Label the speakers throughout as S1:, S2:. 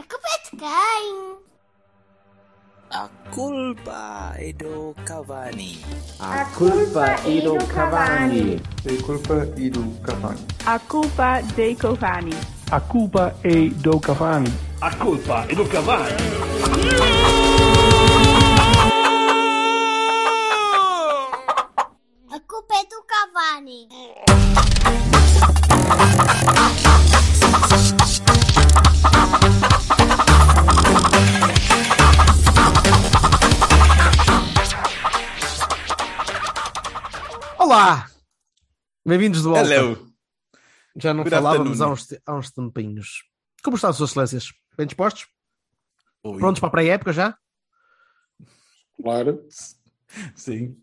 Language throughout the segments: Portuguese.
S1: é Gain.
S2: A culpa é do Cavani.
S3: A culpa é do Cavani.
S4: A culpa é do Cavani.
S5: A culpa de Cavani.
S6: A culpa é do Cavani.
S7: A culpa é do Cavani.
S1: A culpa é do Cavani.
S8: Olá! Bem-vindos de volta.
S2: Hello.
S8: Já não
S2: Good
S8: falávamos
S2: afternoon.
S8: há uns, te- há uns tempinhos. Como estão as suas excelências? Bem dispostos?
S2: Oi.
S8: Prontos para a pré-época já?
S4: Claro.
S2: Sim.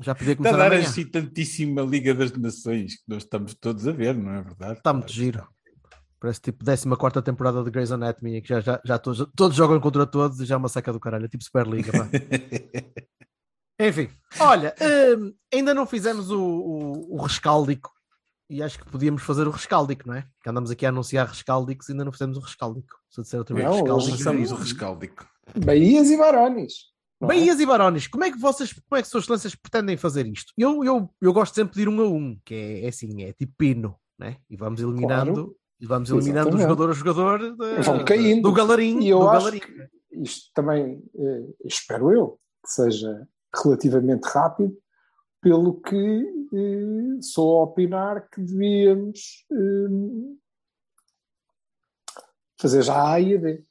S8: Já podia
S2: Está a
S8: começar
S2: dar
S8: amanhã?
S2: assim tantíssima Liga das Nações que nós estamos todos a ver, não é verdade?
S8: Está muito giro. Parece tipo 14 temporada de Grey's Anatomy, em que já, já, já todos, todos jogam contra todos e já é uma seca do caralho. É tipo Superliga, pá. Enfim, olha, hum, ainda não fizemos o, o, o rescaldico e acho que podíamos fazer o rescaldico, não é? Que andamos aqui a anunciar rescaldicos e ainda não fizemos o rescaldico. Se eu disser outra vez
S4: Não,
S8: é rescaldico,
S2: Começamos o rescaldico.
S4: Bahias e Varones. não é?
S8: Bahias e Barões, como é que vocês, como é que suas excelências pretendem fazer isto? Eu, eu, eu gosto sempre de ir um a um, que é, é assim, é tipo pino, né? E vamos eliminando,
S4: Claro.
S8: e vamos eliminando
S4: Exatamente.
S8: o jogador a jogador da-
S4: Vão caindo.
S8: do galarim.
S4: E eu
S8: do
S4: acho
S8: galarim.
S4: que isto também, eh, espero eu, que seja relativamente rápido, pelo que eh, sou a opinar que devíamos eh, fazer já a A e a D.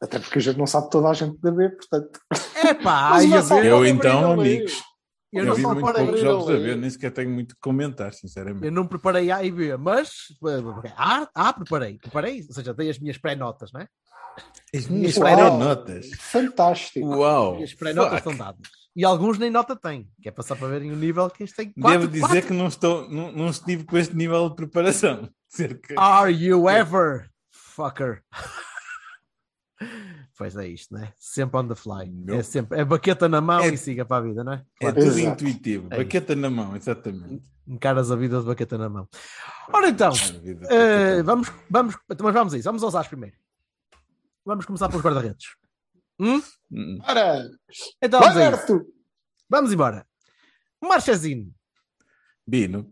S4: Até porque a gente não sabe toda a gente da B, portanto.
S8: Epá,
S4: Mas
S8: ai,
S4: uma
S8: eu,
S4: só-
S8: eu,
S2: Eu
S4: abrir
S2: então,
S4: ali.
S2: amigos,
S8: eu
S2: eu,
S8: não
S2: vi
S8: sou
S2: muito
S8: para
S2: poucos
S8: abrir
S2: jogos a
S4: ali.
S2: ver, nem sequer tenho muito que comentar, sinceramente.
S8: eu não preparei A e B, mas eh, A, A preparei, preparei, ou seja, dei as minhas pré-notas, né?
S2: As minhas
S4: Uau.
S2: pré-notas.
S4: é Fantástico.
S2: Uau!
S8: E as pré-notas
S2: fuck.
S8: estão dadas. E alguns nem nota têm, que é passar para verem o nível que isto tem. Quatro,
S2: Devo dizer que não, estou, não, não estive com este nível de preparação. Cerca.
S8: Are you ever, fucker? pois é isto, né? Sempre on the fly.
S2: Não.
S8: É sempre, é baqueta na mão
S2: É-
S8: e siga para a vida, não é?
S2: é
S8: Claro.
S2: tudo
S4: Exato.
S2: intuitivo.
S8: É
S2: Baqueta na mão, exatamente.
S8: Encaras a vida de baqueta na mão. Ora então,
S2: Maravilha,
S8: eh,
S2: baqueta na mão.
S8: vamos, vamos, então, mas vamos a isso, vamos aos as primeiro. Vamos começar pelos guarda-redes.
S2: Hum,
S4: Ora,
S8: Então vamos a isso.
S4: Roberto!
S8: Vamos embora. Marchesino.
S2: Bino.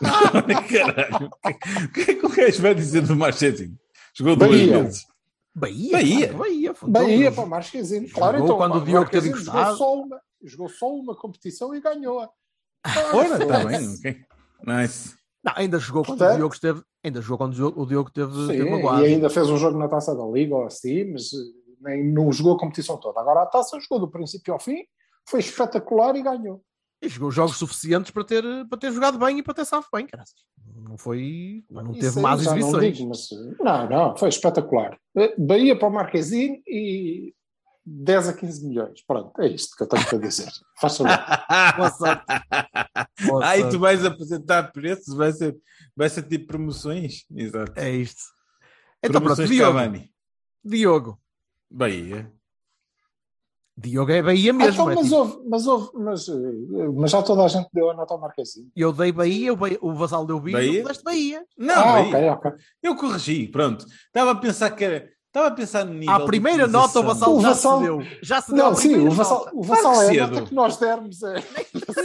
S2: Caralho. O que é que o gajo vai dizer do Marchezinho? Jogou duas
S4: Bahia.
S2: vezes.
S8: Bahia. claro
S2: Bahia.
S8: que Bahia. foda-se.
S4: Bahia para o Marquezine. Claro,
S8: Jogou
S4: então.
S8: quando
S4: pá,
S8: o Diogo teve
S4: Marquezine
S8: encostado.
S4: Jogou só uma, jogou só uma competição e Ah, ganhou-a.
S2: Ora,
S8: né,
S4: tá
S2: está bem, ok. Nice.
S8: Não, ainda jogou quando o
S4: Portanto-
S8: Diogo esteve. Ainda jogou quando o Diogo- o Diogo teve,
S4: Sim,
S8: teve magoado.
S4: e ainda fez um jogo na taça da Liga ou assim, mas eh, nem, não jogou a competição toda. Agora a taça jogou do princípio ao fim, foi espetacular e ganhou.
S8: E jogou jogos suficientes para ter, para ter jogado bem e para ter salvo bem, caraças. Não foi. Não
S4: Isso
S8: teve
S4: aí
S8: más
S4: já Não,
S8: exibições.
S4: digo, mas, eh, não, não, foi espetacular. Eh, Bahia para o Marquezine e 10 a 15 milhões. Pronto, é isto que eu tenho para dizer. Faz favor.
S8: É Boa sorte. Boa
S2: Aí tu
S8: sorte.
S2: vais apresentar preços, vai ser, vai ser tipo promoções. Exato.
S8: É isto. Então pronto,
S2: promoções
S8: Diogo.
S2: Cavani.
S8: Diogo.
S2: Bahia.
S8: Diogo é Bahia
S4: Ah,
S8: mesmo.
S4: então,
S8: é
S4: mas,
S8: tipo,
S4: houve, mas, houve, mas, eh, mas já toda a gente deu a nota ao Marquezinho.
S8: Eu dei Bahia, o, Bahia- o Vasal deu Bino,
S2: Bahia?
S8: tu deste Bahia.
S2: Não,
S4: Ah,
S2: Bahia.
S4: ok, ok.
S2: Eu corrigi, pronto. Estava a pensar que era. Estava a pensar no nível.
S8: À primeira
S2: de
S8: nota o Vassal
S2: utilização.
S4: O
S8: já
S4: Vassal-
S8: se deu. Já se deu.
S4: Não,
S8: à
S4: sim,
S8: primeira
S4: o Vassal,
S8: nota.
S4: o Vassal é a
S2: cedo.
S4: nota que nós dermos. É.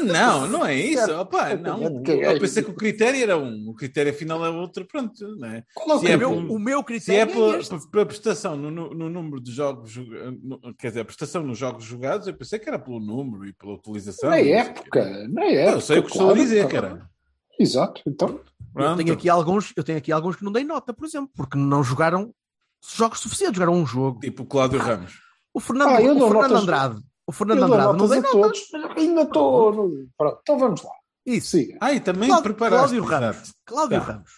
S2: Não, não é isso. Opa,
S4: Eu
S2: não.
S4: tenho de
S8: é
S4: cagar.
S2: Eu pensei que o critério era um, o critério final é outro, pronto. Não é?
S4: Qual é o
S2: Se é
S8: O
S4: critério?
S8: meu,
S2: por-
S8: o meu
S2: Se é
S8: critério é,
S2: pela,
S8: este.
S2: pela prestação no, nu- no número de jogos, joga- no- quer dizer, a prestação nos jogos jogados, eu pensei que era pelo número e pela utilização.
S4: Na
S2: não
S8: é
S2: sei o quê.
S4: época, na época.
S2: Eu sei o que estou a
S4: claro,
S2: dizer,
S4: claro.
S2: cara.
S4: Exato, então.
S8: Eu
S2: Pronto.
S8: tenho, aqui alguns, eu tenho aqui alguns que não dei nota, por exemplo, porque não jogaram jogos suficientes, jogaram um jogo.
S2: Tipo o Cláudio Ramos.
S8: O Fernando,
S4: Ah, eu
S8: o
S4: dou
S8: Fernando
S4: notas-
S8: Andrade. O
S4: Eu
S8: Fernando
S4: dou
S8: Andrade não
S4: notas
S8: dei
S4: a
S8: nota.
S4: todos, mas ainda estou. no- Pronto, então vamos lá.
S8: Isso.
S4: Siga.
S2: Ah, e também
S8: Clá-
S2: preparaste.
S8: Cláudio Ramos.
S2: exato.
S8: Cláudio
S2: Tá.
S8: Ramos.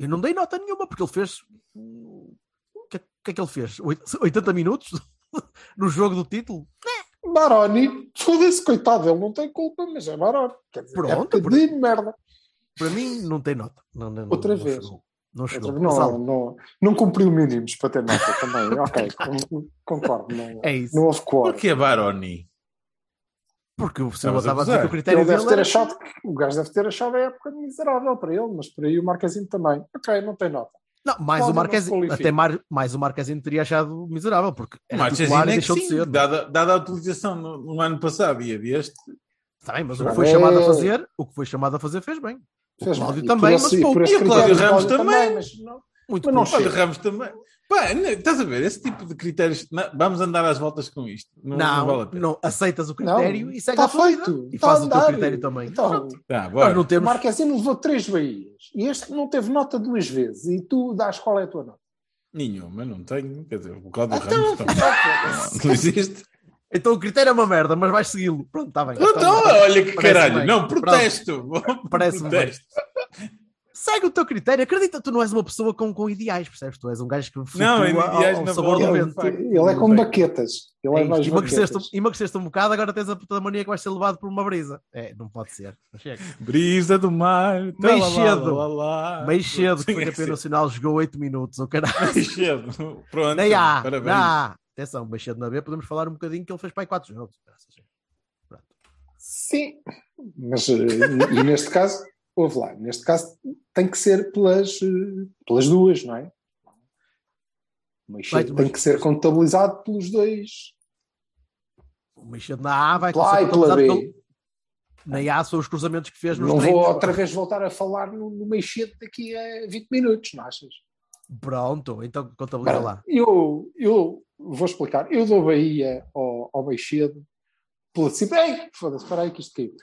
S8: Eu não dei nota nenhuma porque ele fez. O que, é- o que é que ele fez? Oit- 80 minutos no jogo do título?
S4: Baroni, foda-se, coitado, ele não tem culpa, mas é Baroni. Quer dizer,
S8: Pronto,
S4: época
S8: pronto.
S4: de merda.
S8: Para mim, não tem nota. Não, não, não-
S4: Outra
S8: não
S4: vez.
S8: Chegou. Não
S4: Quer
S8: chegou.
S4: dizer, Não,
S8: Gonçalo,
S4: não, não cumpriu mínimos para ter nota também. ok, con- concordo. Não,
S8: É isso.
S4: não houve quórum.
S2: Porquê Baroni?
S8: Porque o senhor
S2: Estamos a
S8: estava a dizer
S2: abusar.
S8: que o critério
S4: Ele deve
S8: dele
S4: ter
S8: era...
S4: achado que o gajo deve ter achado a época miserável para ele, mas por aí o Marquezinho também. Ok, não tem nota.
S8: Não, mais
S4: Pode
S8: o Marquezine.
S4: não
S8: Até mais, mais o Marquezine teria achado miserável, porque era
S2: Mas
S8: titular e
S2: é que
S8: deixou de
S2: sim,
S8: ser.
S2: dada, dada a utilização no, no ano passado e a deste,
S8: Está bem, mas o
S4: Está
S8: que foi
S4: bem.
S8: chamado a fazer, o que foi chamado a fazer fez bem. O
S4: Fez
S8: Cláudio
S4: bem. E
S8: também,
S4: por esse-
S8: mas
S4: e por
S8: pouco.
S4: esse
S2: E o Cláudio
S4: critério,
S2: Ramos também.
S4: mas não-
S8: Muito
S4: Mas não
S2: o
S8: pouco.
S2: Cláudio
S4: chega.
S2: Ramos também. Pá, não- estás a ver? Esse tipo de critérios. não, vamos andar às voltas com isto. Não, não
S8: Não,
S2: vale a
S8: não,
S2: pena.
S8: aceitas o
S4: Não,
S8: critério e segue
S4: está
S8: a tua vida.
S4: feito.
S8: E
S4: está
S8: faz
S4: a
S8: o teu
S4: andar.
S8: critério também.
S4: Então,
S2: Tá,
S8: Nós
S2: bora.
S8: não
S4: o
S8: temos.
S4: Marquezine levou três Bahias e este não teve nota duas vezes. E tu dás qual é a tua nota?
S2: Nenhuma, não tenho. Quer dizer, o Cláudio
S4: Então,
S2: Ramos também não existe.
S8: Então o critério é uma merda, mas vais segui-lo. Pronto, está bem.
S2: Então, olha que
S8: Parece
S2: caralho.
S8: bem.
S2: Não, protesto.
S4: é.
S8: Parece-me bem.
S2: protesto.
S8: Segue o teu critério. Acredita, tu não és uma pessoa com, com ideais, percebes? Tu és um gajo que
S2: Não,
S8: flutua
S2: ideais
S8: ao
S2: na
S8: sabor do
S2: bola.
S8: vento.
S2: facto,
S4: ele, ele é
S2: não
S4: como
S2: tem.
S4: baquetas. Ele
S8: É
S4: é,
S8: isto.
S4: mais
S8: emagreceste,
S4: baquetas.
S8: emagreceste um bocado, agora tens a puta da mania que vais ser levado por uma brisa. É, não pode ser. Chega.
S2: Brisa do mar.
S8: Meio
S2: tá lá,
S8: cedo.
S2: lá, lá, lá.
S8: Meio cedo que foi
S2: Tinha
S8: campeão
S2: ser.
S8: nacional, jogou 8 minutos, o caralho.
S2: Meio cedo. Pronto.
S8: Nem há,
S2: Parabéns.
S8: nem há. Atenção, meio cedo na B, podemos falar um bocadinho que ele fez para aí 4 jogos. Graças a Deus.
S4: Sim, mas eh, e, e neste caso, ouve lá, neste caso tem que ser pelas, eh, pelas duas, não é? Mas
S8: Vai,
S4: tem
S8: mas-
S4: que ser contabilizado pelos dois.
S8: O meio cedo na A vai
S4: Pela A e pela
S8: contabilizado
S4: B.
S8: Nem há são os cruzamentos que fez nos
S4: É. Não vou
S8: treinos.
S4: outra vez voltar a falar no, no Meixete daqui a 20 minutos, não achas?
S8: Pronto, então contabiliza
S4: Bem,
S8: lá.
S4: Eu, eu vou explicar. Eu dou Bahia ao, ao Meixedo pela simples. Ei, foda-se, espera aí que isto caiu.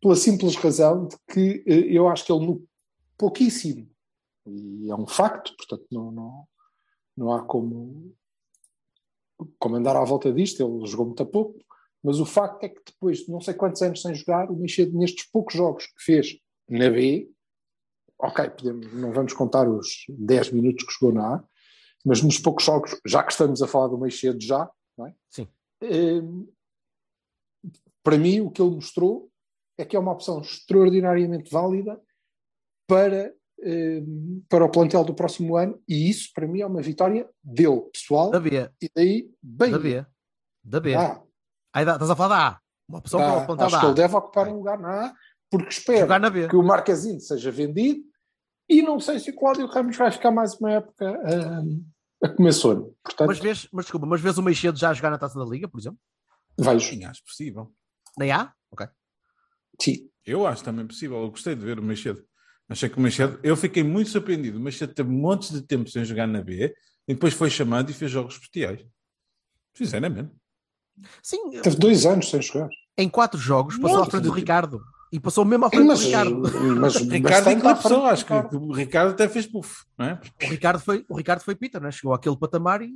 S4: Pela simples razão de que eh, eu acho que ele, no pouquíssimo, e é um facto, portanto, não, não, não há como, como andar à volta disto, ele jogou muito a pouco, mas o facto é que depois de não sei quantos anos sem jogar, o Meixedo, nestes poucos jogos que fez na B, ok, podemos, não vamos contar os 10 minutos que jogou na A, mas nos poucos jogos, já que estamos a falar do meio cedo já, não é?
S8: Sim.
S4: Hum, para mim, o que ele mostrou é que é uma opção extraordinariamente válida para, hum, para o plantel do próximo ano e isso, para mim, é uma vitória dele, pessoal,
S8: Da B,
S4: e daí, bem,
S8: da B, da B.
S4: ah,
S8: Aí dá- estás a falar da A. Uma opção para
S4: dá,
S8: o apontar
S4: acho
S8: da
S4: que ele
S8: A.
S4: deve ocupar um lugar na A, porque espero
S8: Jogar na B.
S4: que o Marquezine seja vendido e não sei se o Cláudio Ramos vai ficar mais uma época hum, a comer sono. Portanto,
S8: Mas vês, mas desculpa, mas vês o Meixedo já a jogar na taça da Liga, por exemplo?
S4: vejo.
S2: Sim, acho possível.
S8: Nem há? Ok.
S4: Sim.
S2: Eu acho também possível. Eu gostei de ver o Machado. Achei que o Machado. Eu fiquei muito surpreendido. O Machado teve montes de tempo sem jogar na B e depois foi chamado e fez jogos especiais. Sinceramente.
S8: Sim,
S4: Teve dois anos sem jogar.
S8: em quatro jogos passou à
S2: Montes
S8: frente do
S2: de-
S8: Ricardo. E passou mesmo à frente
S4: Mas,
S8: do Ricardo.
S4: mas
S2: Ricardo
S4: bastante à frente
S2: eclipsou.
S4: do
S2: Acho
S4: Ricardo.
S2: que o Ricardo até fez puff. Não é?
S8: O Ricardo foi, o Ricardo foi Peter, né? chegou àquele patamar e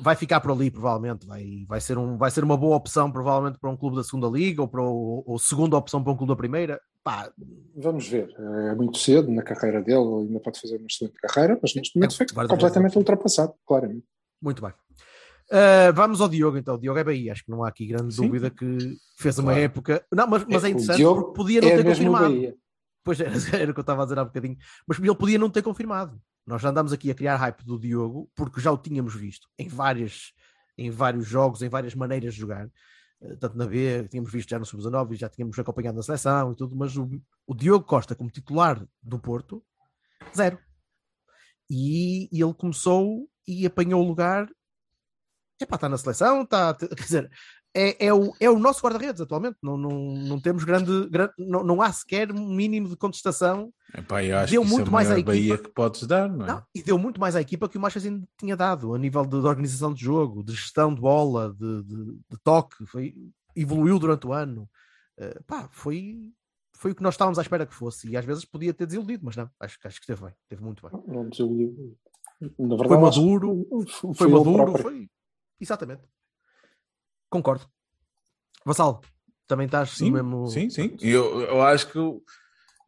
S8: vai ficar por ali, provavelmente. Vai, vai, ser um, vai ser uma boa opção, provavelmente, para um clube da segunda liga ou, para o, ou segunda opção para um clube da primeira. Pá,
S4: Vamos ver. É muito cedo na carreira dele, ele ainda pode fazer uma excelente carreira, mas neste momento foi
S8: É um Guarda-redes.
S4: completamente ultrapassado, claramente.
S8: muito bem. Ah, vamos ao Diogo, então. O Diogo é Bahia, acho que não há aqui grande
S2: Sim.
S8: dúvida que fez uma
S2: Claro.
S8: época. Não, mas, mas é
S4: O
S8: interessante
S4: Diogo
S8: porque podia não
S4: É
S8: ter
S4: mesmo o
S8: confirmado.
S4: Bahia.
S8: Pois era, era o que eu estava a dizer há bocadinho. Mas ele podia não ter confirmado. Nós já andámos aqui a criar hype do Diogo, porque já o tínhamos visto em, várias, em vários jogos, em várias maneiras de jogar. Eh, Tanto na B, tínhamos visto já no Sub-19, já tínhamos acompanhado na seleção e tudo, mas o, o Diogo Costa, como titular do Porto, zero. E, e ele começou e apanhou o lugar. Epá, está na seleção, está. Quer dizer, é, é o, é o nosso guarda-redes atualmente. Não, não, não temos grande. grande não, não há sequer um mínimo de contestação
S2: Epá, eu acho
S8: Deu
S2: que isso
S8: muito
S2: é o
S8: mais
S2: maior
S8: à equipa.
S2: Bahia que podes dar, não é?
S8: Não, e deu muito mais à equipa que o Manchester tinha dado, a nível de, de organização de jogo, de gestão de bola, de, de- de toque, foi, evoluiu durante o ano. Eh, pá, foi, foi o que nós estávamos à espera que fosse, e às vezes podia ter desiludido, mas não, acho, que- acho que esteve bem, esteve muito bem.
S4: Não desiludiu. Na verdade,
S8: Foi
S4: acho
S8: maduro,
S4: que foi,
S8: foi
S4: ele
S8: maduro,
S4: próprio.
S8: foi. Exatamente. Concordo. Vassal, também estás
S2: Sim,
S8: mesmo.
S2: sim, sim. Uhum. Eu, eu acho que eu-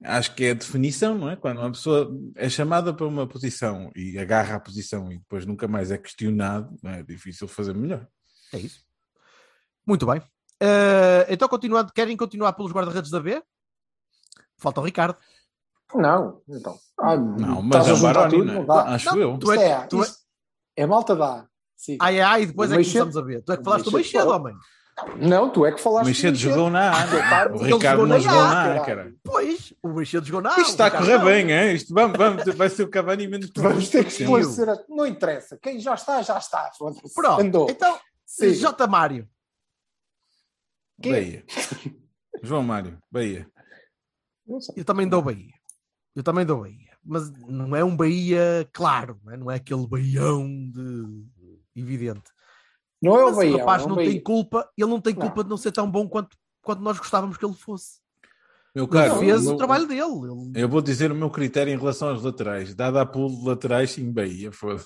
S2: acho que é a definição, não é? Quando uma pessoa é chamada para uma posição e agarra a posição e depois nunca mais é questionado, não é? é difícil fazer melhor.
S8: É isso. Muito bem. Eh, então, continuando, querem continuar pelos guarda-redes da B? Falta o Ricardo.
S4: Não, então. Ah,
S2: Não, mas
S4: estás a
S2: é o
S4: juntar
S2: Baroni,
S4: tudo,
S2: não é?
S4: não dá.
S2: acho
S8: Não,
S2: eu.
S8: tu é-
S4: Isto é,
S8: tu é-
S4: isto é malta dá. Sim.
S8: Ai, ai, ai, e depois
S4: O
S8: é que
S4: Meixedo-
S8: começamos a ver. Tu é que
S4: o
S8: falaste do
S4: Meixedo,
S8: Meixedo,
S4: claro.
S8: homem.
S4: Não, tu é que
S2: O
S4: falaste.
S2: Mexedo
S4: do Machado.
S2: jogou na A.
S8: Ricardo-
S2: não é? O
S8: ele
S2: Ricardo
S8: jogou
S2: não
S8: na
S2: jogou
S8: A,
S2: na A,
S4: caralho.
S2: cara.
S8: Pois, o Machado jogou na.
S2: Isto está a correr
S8: bem,
S2: bem, hein? Isto vamos, vamos, vai ser o Cavani menos que
S4: Vamos ter que
S2: Sim.
S4: esclarecer. a- Não interessa. Quem já está, já está. Foda-se.
S8: Pronto,
S4: Andou.
S8: então,
S4: Sim.
S8: J. Mário.
S4: Quê?
S2: Bahia. João Mário, Bahia.
S4: Não sei.
S8: Eu também dou Bahia. Eu também dou Bahia. Mas não é um Bahia claro, não é, não é aquele Baião de... evidente.
S4: Não é o
S8: Mas
S4: Bahia.
S8: o rapaz
S4: é o
S8: não
S4: Bahia.
S8: tem culpa, ele não tem
S4: Não.
S8: culpa de não ser tão bom quanto, quanto nós gostávamos que ele fosse.
S2: Meu
S8: Ele
S2: caro,
S8: fez
S2: meu-
S8: o trabalho dele. Ele-
S2: eu vou dizer o meu critério em relação aos laterais. Dada a pulo de laterais, sim, Bahia. Foda-se.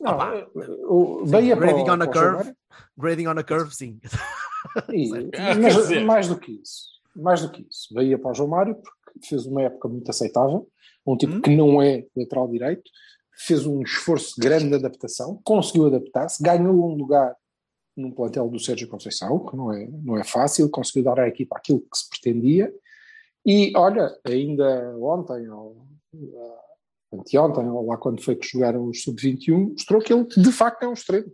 S4: Não,
S8: Opa.
S4: o é o Bahia para, o-
S8: Grading on a
S4: para o
S8: curve, grading on a curve, sim.
S4: E-
S2: Ah, Quer
S4: mas
S2: dizer-
S4: mais do que isso, mais do que isso, veio para o João Mário porque fez uma época muito aceitável, um tipo
S2: Hum.
S4: que não é lateral direito, fez um esforço grande de adaptação, conseguiu adaptar-se, ganhou um lugar num plantel do Sérgio Conceição, que não é, não é fácil, conseguiu dar à equipa aquilo que se pretendia, e olha, ainda ontem, ou ah, anteontem, ou lá quando foi que jogaram os sub-21, mostrou que ele de facto é um extremo.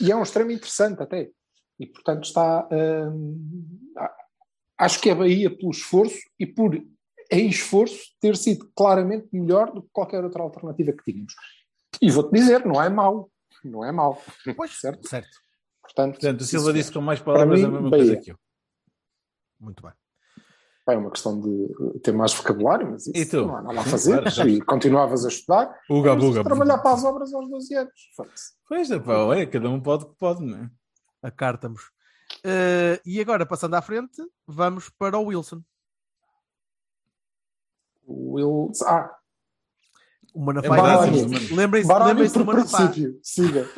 S4: E é um extremo interessante até. E portanto está. hum, a- acho que é Bahia pelo esforço e por, em esforço, ter sido claramente melhor do que qualquer outra alternativa que tínhamos. E vou-te dizer, não é mau. Não é mau.
S8: Pois,
S4: Certo.
S8: certo.
S4: Portanto, é
S2: Portanto, o
S4: sim,
S2: Silva
S4: senhor.
S2: disse com mais palavras é
S4: mim,
S2: a mesma
S4: Bahia.
S2: coisa que eu.
S8: Muito bem.
S4: É uma questão de eh, ter mais vocabulário, mas
S2: E
S4: isso
S2: tu?
S4: não há nada a
S2: Sim,
S4: fazer.
S2: claro, já-
S4: e continuavas a estudar.
S2: Uga,
S4: mas
S2: buga.
S4: trabalhar para as obras aos 12 anos. Foda-se.
S2: Pois é, pá, olha, cada um pode o que pode, não é?
S8: Acartamos. Eh, e agora, passando à frente, vamos para o Wilson.
S4: O Will. Ah,
S8: O
S2: É
S8: Manafá.
S4: Baroni.
S8: Lembrem-se
S4: Baroni
S8: lembrem do
S4: por
S8: Manafá.
S4: princípio. Siga.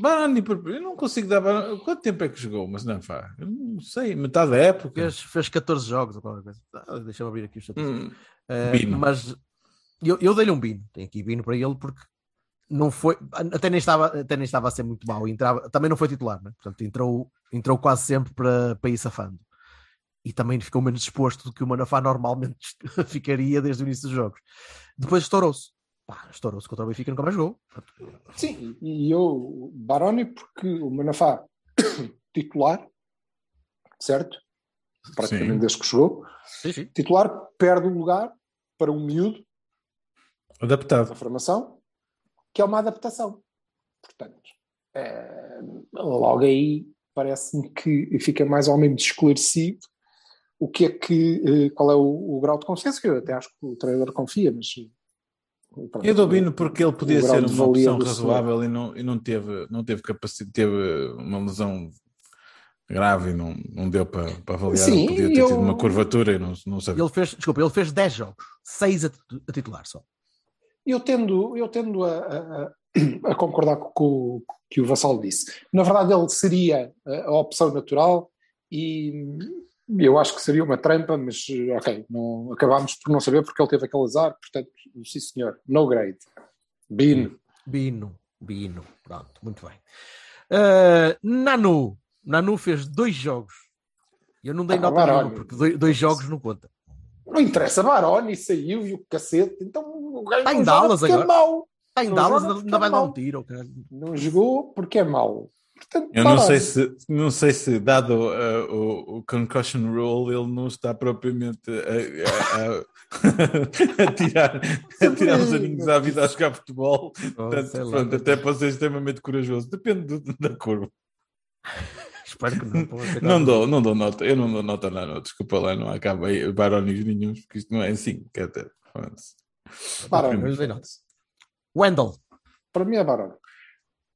S2: Barani, por- eu não consigo dar. Barani. Quanto tempo é que jogou? Mas não, pá, eu não sei, metade da época.
S8: Fez, fez 14 jogos ou qualquer coisa. Ah, Deixa-me abrir aqui os estatísticos.
S2: Hum,
S8: Eh,
S2: Bino.
S8: mas eu, eu dei-lhe um bino. Tenho aqui bino para ele porque não foi. Até nem estava, até nem estava a ser muito mau. Entrava, também não foi titular, né? portanto entrou, entrou quase sempre para, para ir safando. E também ficou menos disposto do que o Manafá normalmente ficaria desde o início dos jogos. Depois estourou-se. Pá, Estourou-se contra o Benfica e nunca mais jogou.
S4: Sim, e eu, Baroni, porque o Manafá, titular, certo? Praticamente
S2: Sim.
S4: desde que chegou,
S8: Sim, sim.
S4: titular perde o lugar para um miúdo
S2: Adaptado.
S4: da formação, que é uma adaptação. Portanto, eh, logo aí parece-me que fica mais ou menos esclarecido o que é que, eh, qual é o, o grau de consciência, que eu até acho que o treinador confia, mas... eh, pronto.
S2: Eu dou Bino porque ele podia
S4: O grau
S2: ser
S4: de
S2: uma
S4: valia
S2: opção
S4: do senhor.
S2: razoável e não, e não teve, não teve capacidade, teve uma lesão grave e não, não deu para, para avaliar.
S4: Sim,
S2: podia ter
S4: eu-
S2: tido uma curvatura e não, não sabia.
S8: Ele fez, desculpa, ele fez 10 jogos, 6 a, titu- a titular só.
S4: Eu tendo, eu tendo a, a- a- a concordar com o que o que o Vassal disse. Na verdade, ele seria a, a opção natural e eu acho que seria uma trampa, mas ok, não, acabámos por não saber porque ele teve aquele azar, portanto, sim senhor, no grade.
S8: Hum.
S4: Bin,
S8: Bino, Bino, pronto, muito bem. Ah, Nanu, Nanu fez dois jogos. Eu não dei
S4: Ah,
S8: nota nenhuma,
S4: baralho.
S8: porque dois, dois jogos não conta.
S4: não interessa, Baroni saiu e o cacete, então o gajo
S8: Está Tá em
S4: não joga
S8: Dallas
S4: porque é
S8: agora.
S4: mau.
S8: Está em
S4: Não
S8: Dallas,
S4: joga
S8: ainda-
S4: porque
S8: ainda vai
S4: tá
S8: dar um
S4: mal.
S8: tiro. caralho.
S4: Não jogou porque é mau. Portanto,
S2: Eu não
S4: Baroni.
S2: sei, se, não sei se, dado uh, o, o concussion rule, ele não está propriamente a, a- a- a tirar, a tirar os amigos à vida a jogar futebol.
S8: Oh,
S2: Portanto,
S8: sei lá.
S2: pronto, até pode ser extremamente corajoso. Depende do- da curva.
S8: Espero que não. pô, sei lá.
S2: Não dou, não dou nota. Eu não dou nota lá, não. Desculpa lá, não acaba aí barónios nenhum, porque isto não é assim. Quer dizer, pronto.
S4: Baroni.
S8: Eu não dei nota. Wendell,
S4: Para mim é Baroni.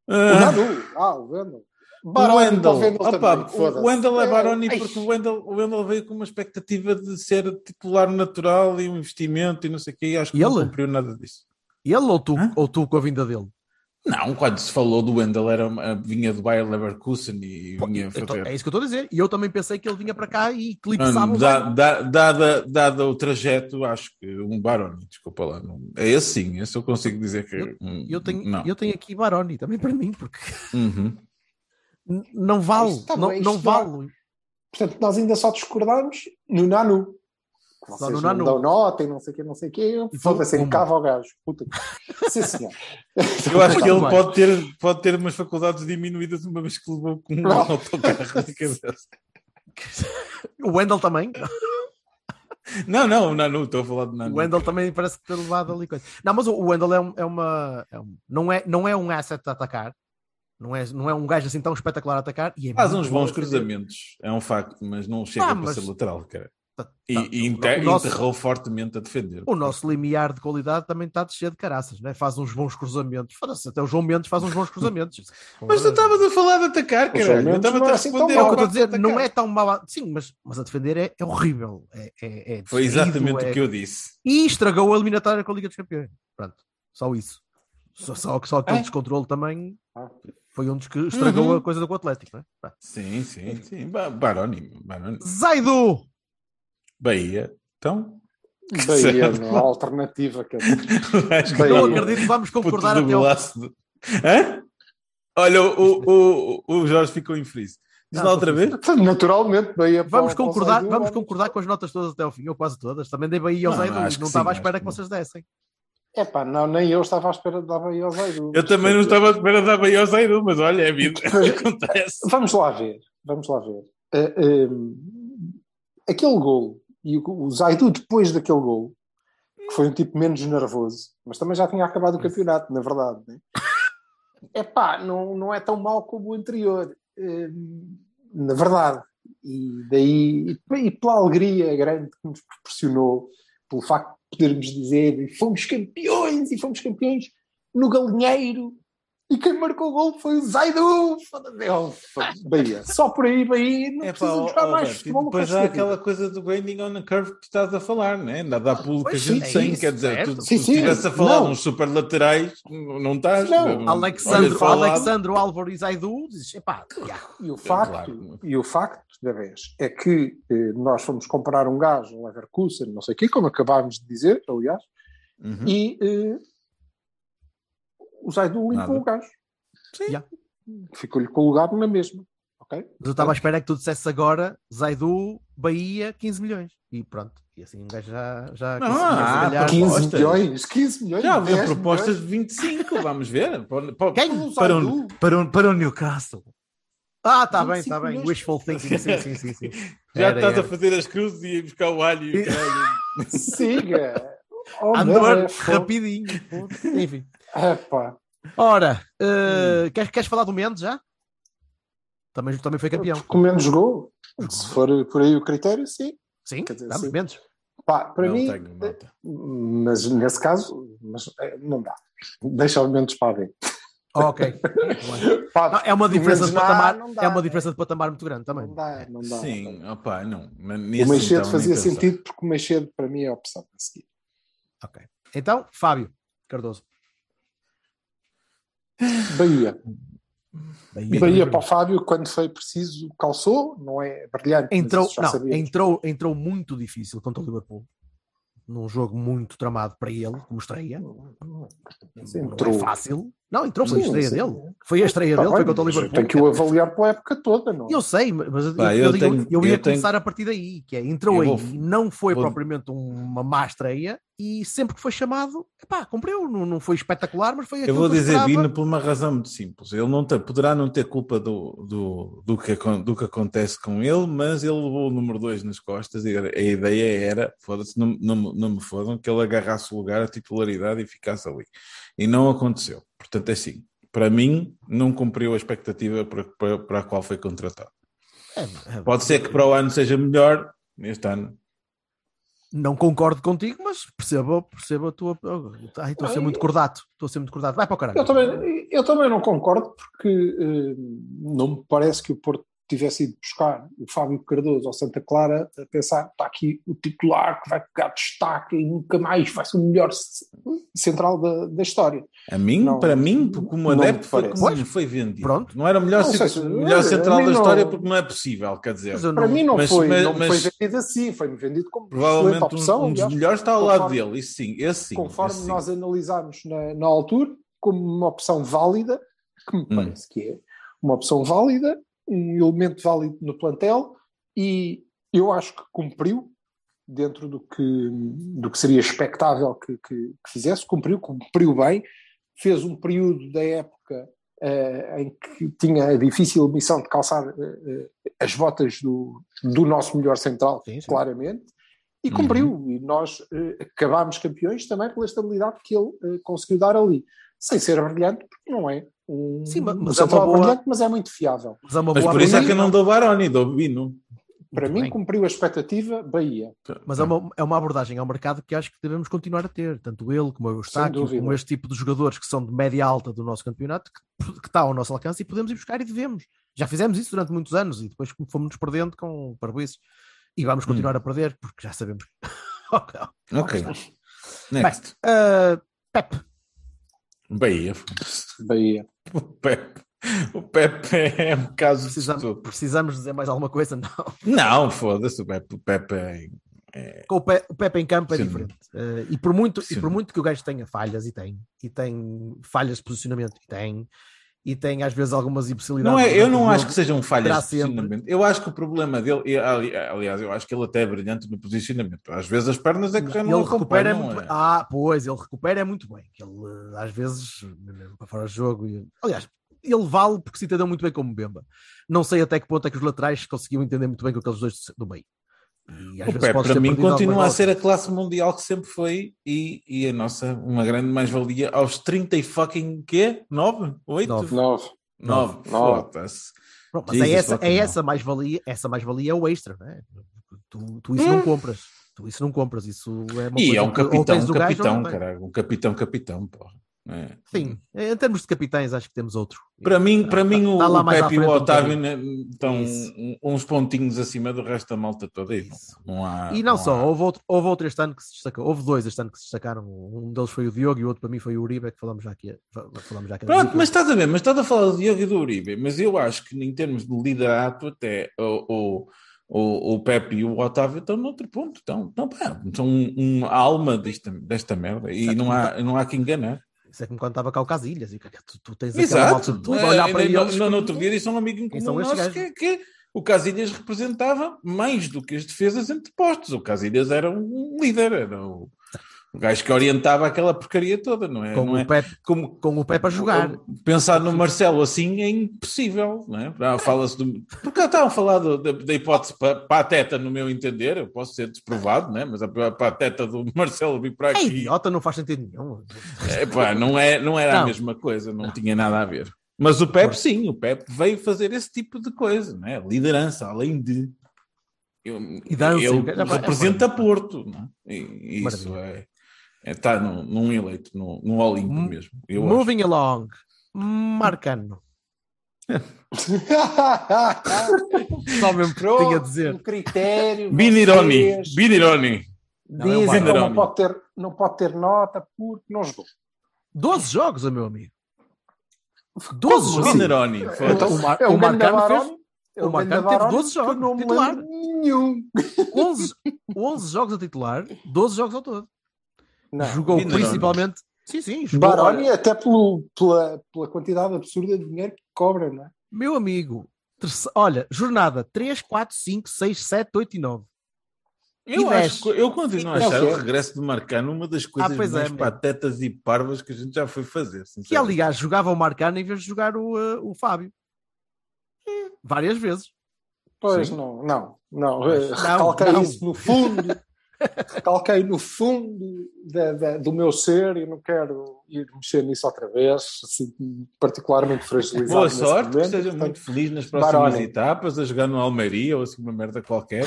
S4: O
S2: Ah,
S4: Nadu, ah, o Wendel.
S2: o Wendel.
S4: Baroni para o Wendel
S2: Opa,
S4: também,
S2: Ah, o
S4: foda-se.
S2: Wendel é Baroni
S4: Ai,
S2: porque o Wendel, o Wendel veio com uma expectativa de ser titular natural e um investimento e não sei o quê. E acho que
S8: E
S2: não
S8: ele?
S2: cumpriu nada disso.
S8: ele ou tu,
S2: Hã?
S8: ou tu com a vinda dele?
S2: Não, quando se falou do Wendel, era, uma- vinha do Bayer Leverkusen e vinha
S8: Eu tô-
S2: fazer.
S8: é isso que eu estou a dizer. E eu também pensei que ele vinha para cá e eclipsava
S2: Não,
S8: o
S2: da-
S8: Wendell.
S2: da- dada, dada o trajeto, acho que um Baroni, desculpa lá. Não, é esse sim, esse eu consigo dizer que. hum,
S8: eu tenho,
S2: não.
S8: eu tenho aqui Baroni também para mim, porque
S2: Uhum.
S8: n- não vale,
S4: Isto tá
S8: não,
S4: bem,
S8: não
S4: isto dá-
S8: vale.
S4: Portanto, nós ainda só discordámos no Nanu.
S8: Só no
S4: Vocês não
S8: Nanu.
S4: dão nota e não sei o quê, não sei o quê.
S8: E tu,
S4: Foda-se,
S8: uma.
S4: encava um ao gajo. Puta que... Sim, senhor.
S2: Eu acho que ele
S8: Muito bem.
S2: pode ter, pode ter umas faculdades diminuídas uma vez que levou com um
S4: Não.
S2: autocarro na cabeça.
S8: O Wendel também.
S2: Não, não, o Nanu, estou a falar do
S8: O
S2: Nanu.
S8: Wendell também parece que tem levado ali coisa. Não, mas o- o Wendell é, um- é uma. é um- não, é, não é um asset a atacar. Não é, não é um gajo assim tão espetacular a atacar. E é
S2: Faz
S8: muito
S2: uns
S8: bom
S2: bons
S8: a defender.
S2: cruzamentos, é um facto, mas não chega
S8: Ah,
S2: para
S8: mas-
S2: ser lateral, cara.
S8: Tá-
S2: E,
S8: tá.
S2: e
S8: O
S2: inter-
S8: nosso-
S2: enterrou fortemente a defender.
S8: O nosso limiar de qualidade também está de cheio de caraças, né? faz uns bons cruzamentos. Foda-se, até o João Mendes faz uns bons cruzamentos. tá-
S2: Mas tu estavas a falar de atacar,
S4: Os
S2: cara. Eu
S4: elementos
S2: estava
S4: não
S2: um a
S4: é assim tão
S2: responder.
S8: É o que eu
S2: ao
S8: estou a
S2: facto de
S8: dizer, não
S2: atacar.
S8: é tão mal. a- Sim, mas, mas a defender é, é horrível. É, é- é
S2: Foi
S8: destruído,
S2: exatamente
S8: é-
S2: o que eu disse.
S8: E estragou a eliminatória com a Liga dos Campeões. Pronto, só isso. Só, só, só aquele
S4: É?
S8: descontrole também
S4: Ah.
S8: foi um dos que estragou
S2: Uhum.
S8: a coisa do Atlético. Né? Pronto.
S2: Sim, sim, sim. Ba- Barónimo, barónimo.
S8: Zaido!
S2: Bahia. Então,
S4: Bahia, é, não há alternativa. Quer dizer.
S2: acho que
S4: Bahia.
S8: Não
S4: Não
S8: acredito que vamos
S2: Puto
S8: concordar
S2: do
S8: até ao...
S2: golaço de- Hã? Olha, o, o, o, o Jorge ficou em freeze.
S8: Não,
S2: Diz lá
S8: tô
S2: outra
S8: feliz.
S2: vez.
S4: Naturalmente, Bahia.
S8: Vamos
S4: para o- para o
S8: concordar,
S4: Zaidu,
S8: vamos
S4: olha.
S8: concordar com as notas todas até ao fim, ou quase todas. Também dei Bahia ao
S2: Não,
S8: Zaido,
S2: acho que
S8: não
S2: sim,
S8: estava à
S2: acho
S8: espera
S2: que
S8: que vocês dessem.
S4: Epá, não, nem eu estava à espera de dar Bahia ao Zaidu.
S2: Eu também não estava à espera da Bahia ao Zaidu, mas olha, é vida. Acontece.
S4: Vamos lá ver, vamos lá ver. Eh, eh, aquele gol e o, o Zaidu depois daquele gol, que foi um tipo menos nervoso, mas também já tinha acabado o campeonato, na verdade. Né? Epá, não, não é tão mau como o anterior, eh, na verdade. E daí, e pela alegria grande que nos proporcionou, pelo facto de podermos dizer fomos campeões e fomos campeões no galinheiro e quem marcou o gol foi o Zaidu. Foda-se. Oh, foda-se. Bahia. Só por aí, Bahia. Não
S2: É
S4: precisa
S2: pá, ó,
S4: jogar
S2: ó,
S4: mais
S2: Roberto, e
S4: futebol.
S2: depois há aquela coisa do branding on a curve que tu estás a falar, né? Nada a pulo que a
S8: Pois
S2: gente
S8: sim, é
S2: tem,
S8: isso,
S2: quer dizer, tu,
S8: certo.
S2: tu
S4: Sim, sim.
S2: estivesse a falar
S4: Não.
S2: uns super laterais, não não estás.
S4: Não.
S2: Hum. Olha,
S8: Alexandro,
S2: falar-
S8: Alexandro Álvaro e Zaidu, dizes, epá, já.
S4: E o facto,
S2: claro.
S4: e o facto da vez, é que eh, nós fomos comprar um gajo, um Leverkusen, não sei o quê, como acabámos de dizer, aliás,
S2: Uhum.
S4: e eh, o Zaidu limpou
S2: Nada.
S4: o gajo.
S2: Sim.
S8: Já.
S4: Ficou-lhe colocado na mesma. Ok?
S8: Mas eu estava à espera é que tu dissesse agora Zaidu, Bahia, 15 milhões. E pronto, e assim um gajo já, já
S2: Não,
S8: conseguia, se
S2: ah,
S8: calhar,
S4: 15
S2: propostas.
S4: milhões, 15 milhões.
S2: Já havia
S4: 10
S2: propostas de 25, vamos ver. Para, para-
S8: Quem?
S4: milhões. O
S2: para
S4: Zaidu,
S2: um- para, um, para o Newcastle.
S8: Ah, está bem,
S4: 25
S8: está bem.
S4: milhões.
S8: Wishful thinking, sim, sim, sim. sim.
S2: Já
S8: Era,
S2: estás
S8: era.
S2: a fazer as cruzes e a buscar o alho. e o
S8: E-
S2: caralho.
S4: Siga! Oh,
S8: Andor,
S2: né?
S4: meu,
S8: rapidinho. foda-se. Enfim.
S4: é, pá.
S8: Ora,
S4: Hum.
S8: eh, queres, queres falar do Mendes já? Também, também foi campeão.
S4: Com menos gol,
S2: Uhum.
S4: se for por aí o critério, sim.
S8: Sim,
S4: Quer dizer,
S8: damos
S4: sim.
S8: Mendes.
S4: Pá, para
S2: Não
S4: mim,
S2: tenho nota.
S4: mas nesse caso, mas, eh, não dá. Deixa o menos para ver.
S8: Ok.
S4: Pá,
S2: Ah,
S8: Não, é uma
S4: pelo
S8: diferença de
S4: menos
S8: patamar,
S4: não dá,
S8: é uma
S4: né?
S8: diferença de patamar muito grande também.
S4: Não dá, não dá. não
S2: Sim, opá, não. Mas
S4: dá. eh, O
S2: nesse
S4: Meixedo
S2: então, nem
S4: fazia
S2: pensar.
S4: sentido porque o Meixedo para mim é a opção a seguir.
S8: Ok. Então, Fábio Cardoso.
S4: Bahia.
S8: Bahia.
S4: Bahia para o Fábio, quando foi preciso, calçou, não é brilhante. mas
S8: entrou,
S4: isso já
S8: não,
S4: sabíamos.
S8: entrou, entrou muito difícil contra o Liverpool. Num jogo muito tramado para ele, como estreia. Não
S4: Entrou.
S8: é fácil. Não, entrou, foi a
S4: Sim,
S8: estreia
S4: sim. Tá
S8: dele. Foi a estreia dele, foi contra o Liverpool.
S4: Tem que o avaliar pela época toda, não é?
S8: Eu sei, mas
S2: Pá,
S8: eu,
S2: eu
S8: eu-
S2: tenho-
S8: eu ia
S2: eu tenho-
S8: começar a partir daí, que é, entrou
S2: Eu
S8: aí,
S2: vou-
S8: não foi
S2: vou-
S8: propriamente uma má estreia, e sempre que foi chamado, epá, cumpriu, não, não foi espetacular, mas foi
S2: Eu
S4: Então,
S8: aquilo
S2: vou
S8: que eu
S2: dizer
S8: esperava.
S2: Bino por uma razão muito simples. Ele não tem- poderá não ter culpa do, do, do, que, acon- do que acontece com ele, mas ele levou o número 2 nas costas e a ideia era, foda-se, não, não, me- não me fodam, que ele agarrasse o lugar, a titularidade e ficasse ali. E não aconteceu. Portanto, é assim. Para mim, não cumpriu a expectativa para, para, para a qual foi contratado.
S8: É, é,
S2: Pode ser que para o ano seja melhor, neste ano.
S8: Não concordo contigo, mas percebo, percebo a tua... ah, Ai, estou a ser
S4: Ai.
S8: muito cordato, estou a ser muito cordato. Vai para o caralho.
S4: Eu também, eu também não concordo porque eh, não me parece que o Porto tivesse ido buscar o Fábio Cardoso ao Santa Clara a pensar está aqui o titular que vai pegar destaque e nunca mais vai ser o melhor c- central da, da história.
S2: A mim,
S4: Não,
S2: para mim, porque como
S4: não me
S2: adepto foi
S4: parece.
S2: como
S8: Pois.
S2: foi vendido.
S8: Pronto.
S2: Não era o melhor,
S4: Não
S2: cent-
S4: sei se-
S2: melhor
S4: a
S2: central
S4: mim
S2: da
S4: não-
S2: história porque não é possível, quer dizer.
S8: Mas eu
S4: Para
S8: não-
S4: mim não
S2: mas-
S4: foi,
S2: mas-
S4: não me foi
S2: mas-
S4: vendido assim, foi-me vendido como excelente
S2: Provavelmente
S4: opção,
S2: um, um dos
S4: aliás,
S2: melhores está ao lado
S4: conforme-
S2: dele, isso sim, esse sim.
S4: conforme
S2: esse sim.
S4: nós analisámos na, na altura, como uma opção válida, que me
S2: Hum.
S4: parece que é uma opção válida, um elemento válido no plantel, e eu acho que cumpriu dentro do que, do que seria expectável que, que- que fizesse, cumpriu, cumpriu bem, fez um período da época eh, em que tinha a difícil missão de calçar eh, eh, as botas do, do nosso melhor central,
S8: Sim, Uhum. sim.
S4: claramente, e cumpriu. E nós eh, acabámos campeões também pela estabilidade que ele eh, conseguiu dar ali. Sem ser brilhante, porque não é um,
S8: Sim, mas-
S4: um
S8: mas é uma
S4: central
S8: boa-
S4: brilhante, mas é muito fiável.
S8: Mas há uma
S2: Mas
S8: boa
S2: por isso é
S8: aposta.
S2: que eu não dou Baroni, dou Bino.
S4: Para
S8: Muito
S4: mim,
S8: bem.
S4: cumpriu a expectativa, Bahia.
S8: Mas é uma, é uma abordagem ao mercado que acho que devemos continuar a ter, tanto ele como o Eustáquio,
S4: dúvida.
S8: como este tipo de jogadores que são de média alta do nosso campeonato, que, que está ao nosso alcance e podemos ir buscar e devemos. Já fizemos isso durante muitos anos e depois fomos-nos perdendo com parboices e
S2: Hum.
S8: vamos continuar a perder porque já sabemos. Ok.
S2: Ok. Next.
S8: Ah, Pep,
S2: Bahia.
S4: Bahia.
S2: O Pepe. O Pepe é um caso de
S8: precisamos,
S2: estudo.
S8: precisamos dizer mais alguma coisa? Não.
S2: Não, foda-se. O Pepe, o Pepe é. é-
S8: Com o, Pe- o Pepe em campo é
S2: Sim.
S8: diferente. Eh, e, por muito, e
S2: Sim.
S8: por muito que o gajo tenha falhas, e tem, e tem falhas de posicionamento, e tem, e tem às vezes algumas impossibilidades.
S2: Não é, eu
S8: durante o
S2: não
S8: jogo.
S2: acho que sejam falhas
S8: Terá
S2: de
S8: sempre.
S2: posicionamento. Eu acho que o problema dele, e, ali- aliás, eu acho que ele até é brilhante no posicionamento. Às vezes as pernas é que já não
S8: ele recupera é
S2: acompanham,
S8: muito
S2: é.
S8: bem. Ah, pois, ele recupera é muito bem. que Ele eh, às vezes, mesmo para fora de jogo, e- aliás, ele vale porque se entendeu muito bem como Bemba. Não sei até que ponto é que os laterais conseguiam entender muito bem com aqueles dois do meio. E às
S2: O
S8: vezes podes
S2: Pepe, é, para
S8: ter
S2: mim,
S8: perdido algumas
S2: continua a
S8: bolas.
S2: ser a classe mundial que sempre foi e, e a nossa, uma grande mais-valia aos 30 e fucking quê? 9? 8?
S8: Nove.
S4: 9.
S2: 9.
S4: Nove.
S2: Foda-se.
S8: Pronto, mas é
S2: Jesus
S8: essa, é
S2: fucking
S8: essa mais valia, essa mais valia é o extra, não é? Tu, tu isso não compras, tu isso não compras, isso é uma
S2: Hum. E
S8: coisa
S2: é um
S8: que ou
S2: capitão,
S8: tens
S2: um
S8: do gajo ou
S2: capitão,
S8: não tens.
S2: caralho. Um capitão, capitão, porra. É.
S8: Sim, em termos de capitães acho que temos outro.
S2: Para mim, para mim o,
S8: Tá lá
S2: o
S8: mais à
S2: Pepe e o
S8: frente um
S2: Otávio
S8: bocadinho.
S2: né, estão
S8: Isso.
S2: um- uns pontinhos acima do resto da malta toda. E,
S8: Isso.
S2: não, Ah, não há,
S8: E não
S2: há-
S8: só, houve outro, houve outro este ano que se destacou, houve dois este ano que se destacaram, um deles foi o Diogo e o outro para mim foi o Uribe, é que falamos já aqui. fa- Falamos já aqui
S2: Pronto, mas estás a ver, mas estás a falar do Diogo e do Uribe, mas eu acho que em termos de liderato até o, o, o, o Pepe e o Otávio estão noutro ponto, estão, estão pá, são um- uma alma desta, desta merda e
S8: Certo.
S2: não há, não há que enganar.
S8: Isso é como quando estava cá o Casilhas, e que- é que tu, tu tens aquela malta
S2: Exato.
S8: de tudo, olhar para
S2: É, no,
S8: eles.
S2: no, no outro dia disse um amigo em
S8: Quem são
S2: comum
S8: estes
S2: nosso que, que o Casilhas representava mais do que as defesas entre postos. O Casilhas era um líder, era o, o gajo que orientava aquela porcaria toda, não é?
S8: com,
S2: não é?
S8: o Pepe,
S2: Como,
S8: com o Pepe a jogar.
S2: Pensar no Marcelo assim é impossível, não é? Ah, Fala-se do... Porque estavam a falar do- da, da hipótese pa- pateta, no meu entender, eu posso ser desprovado, não é? mas a pa- pateta do Marcelo vir
S8: É
S2: para aqui
S8: idiota, não faz sentido nenhum.
S2: é, pá, não, é, não era a
S8: Não.
S2: mesma coisa, não, tinha nada a ver. Mas o Pepe sim, o Pepe veio fazer esse tipo de coisa, não é? liderança, além de. Eu,
S8: E dança, e
S2: ele
S8: o cara-
S2: representa Porto, não é? E- e isso é. Está num, num eleito, num, num Olimpo
S8: Mo-
S2: mesmo. Eu acho.
S8: Moving along, Marcano. Só mesmo que tinha a dizer.
S4: Um critério.
S2: Binironi,
S4: vocês
S2: Binironi.
S8: é um
S4: Dizem que ele não
S2: Binironi.
S4: pode, ter, não pode ter nota porque não jogou.
S8: 12 jogos, meu amigo. 12 jogos.
S2: Binironi.
S4: Então,
S8: o Mar-
S4: é
S8: o
S4: um grande
S8: Marcano
S4: Baroni,
S8: fez-
S4: é
S8: o
S4: um grande
S8: Marcano teve
S4: Baroni
S8: 12
S4: que eu
S8: jogos,
S4: Não me
S8: titular.
S4: lembro nenhum.
S8: 11, 11 jogos a titular, 12 jogos ao todo.
S4: Não.
S8: jogou
S2: Binaroni.
S8: principalmente. Sim, sim, jogou.
S4: Baroni,
S8: olha,
S4: é até pelo, pela, pela quantidade absurda de dinheiro que cobra, não é?
S8: Meu amigo, terce- olha, jornada 3, 4, 5, 6, 7, 8 e 9.
S2: Eu,
S8: E
S2: acho, que- eu continuo a
S4: Não,
S2: achar
S4: sim.
S2: o regresso do Marcano uma das coisas
S8: Ah, pois
S2: mais
S8: é, mesmo.
S2: patetas e parvas que a gente já foi fazer.
S8: Que
S2: sinceramente.
S8: aliás jogava o Marcano em vez de jogar o, eh, o Fábio. É, Várias vezes.
S4: Pois
S2: Sim.
S4: não, não, não. Eh,
S8: Mas não,
S4: Recalquei
S8: não.
S4: isso no fundo. Recalquei no fundo da- da- do meu ser e não quero ir mexer nisso outra vez, assim, particularmente fragilizado.
S2: Boa
S4: nesse
S2: sorte, que
S4: momento,
S2: seja
S4: portanto,
S2: muito feliz nas próximas
S4: Baroni.
S2: etapas, a jogar no Almeria ou assim uma merda qualquer,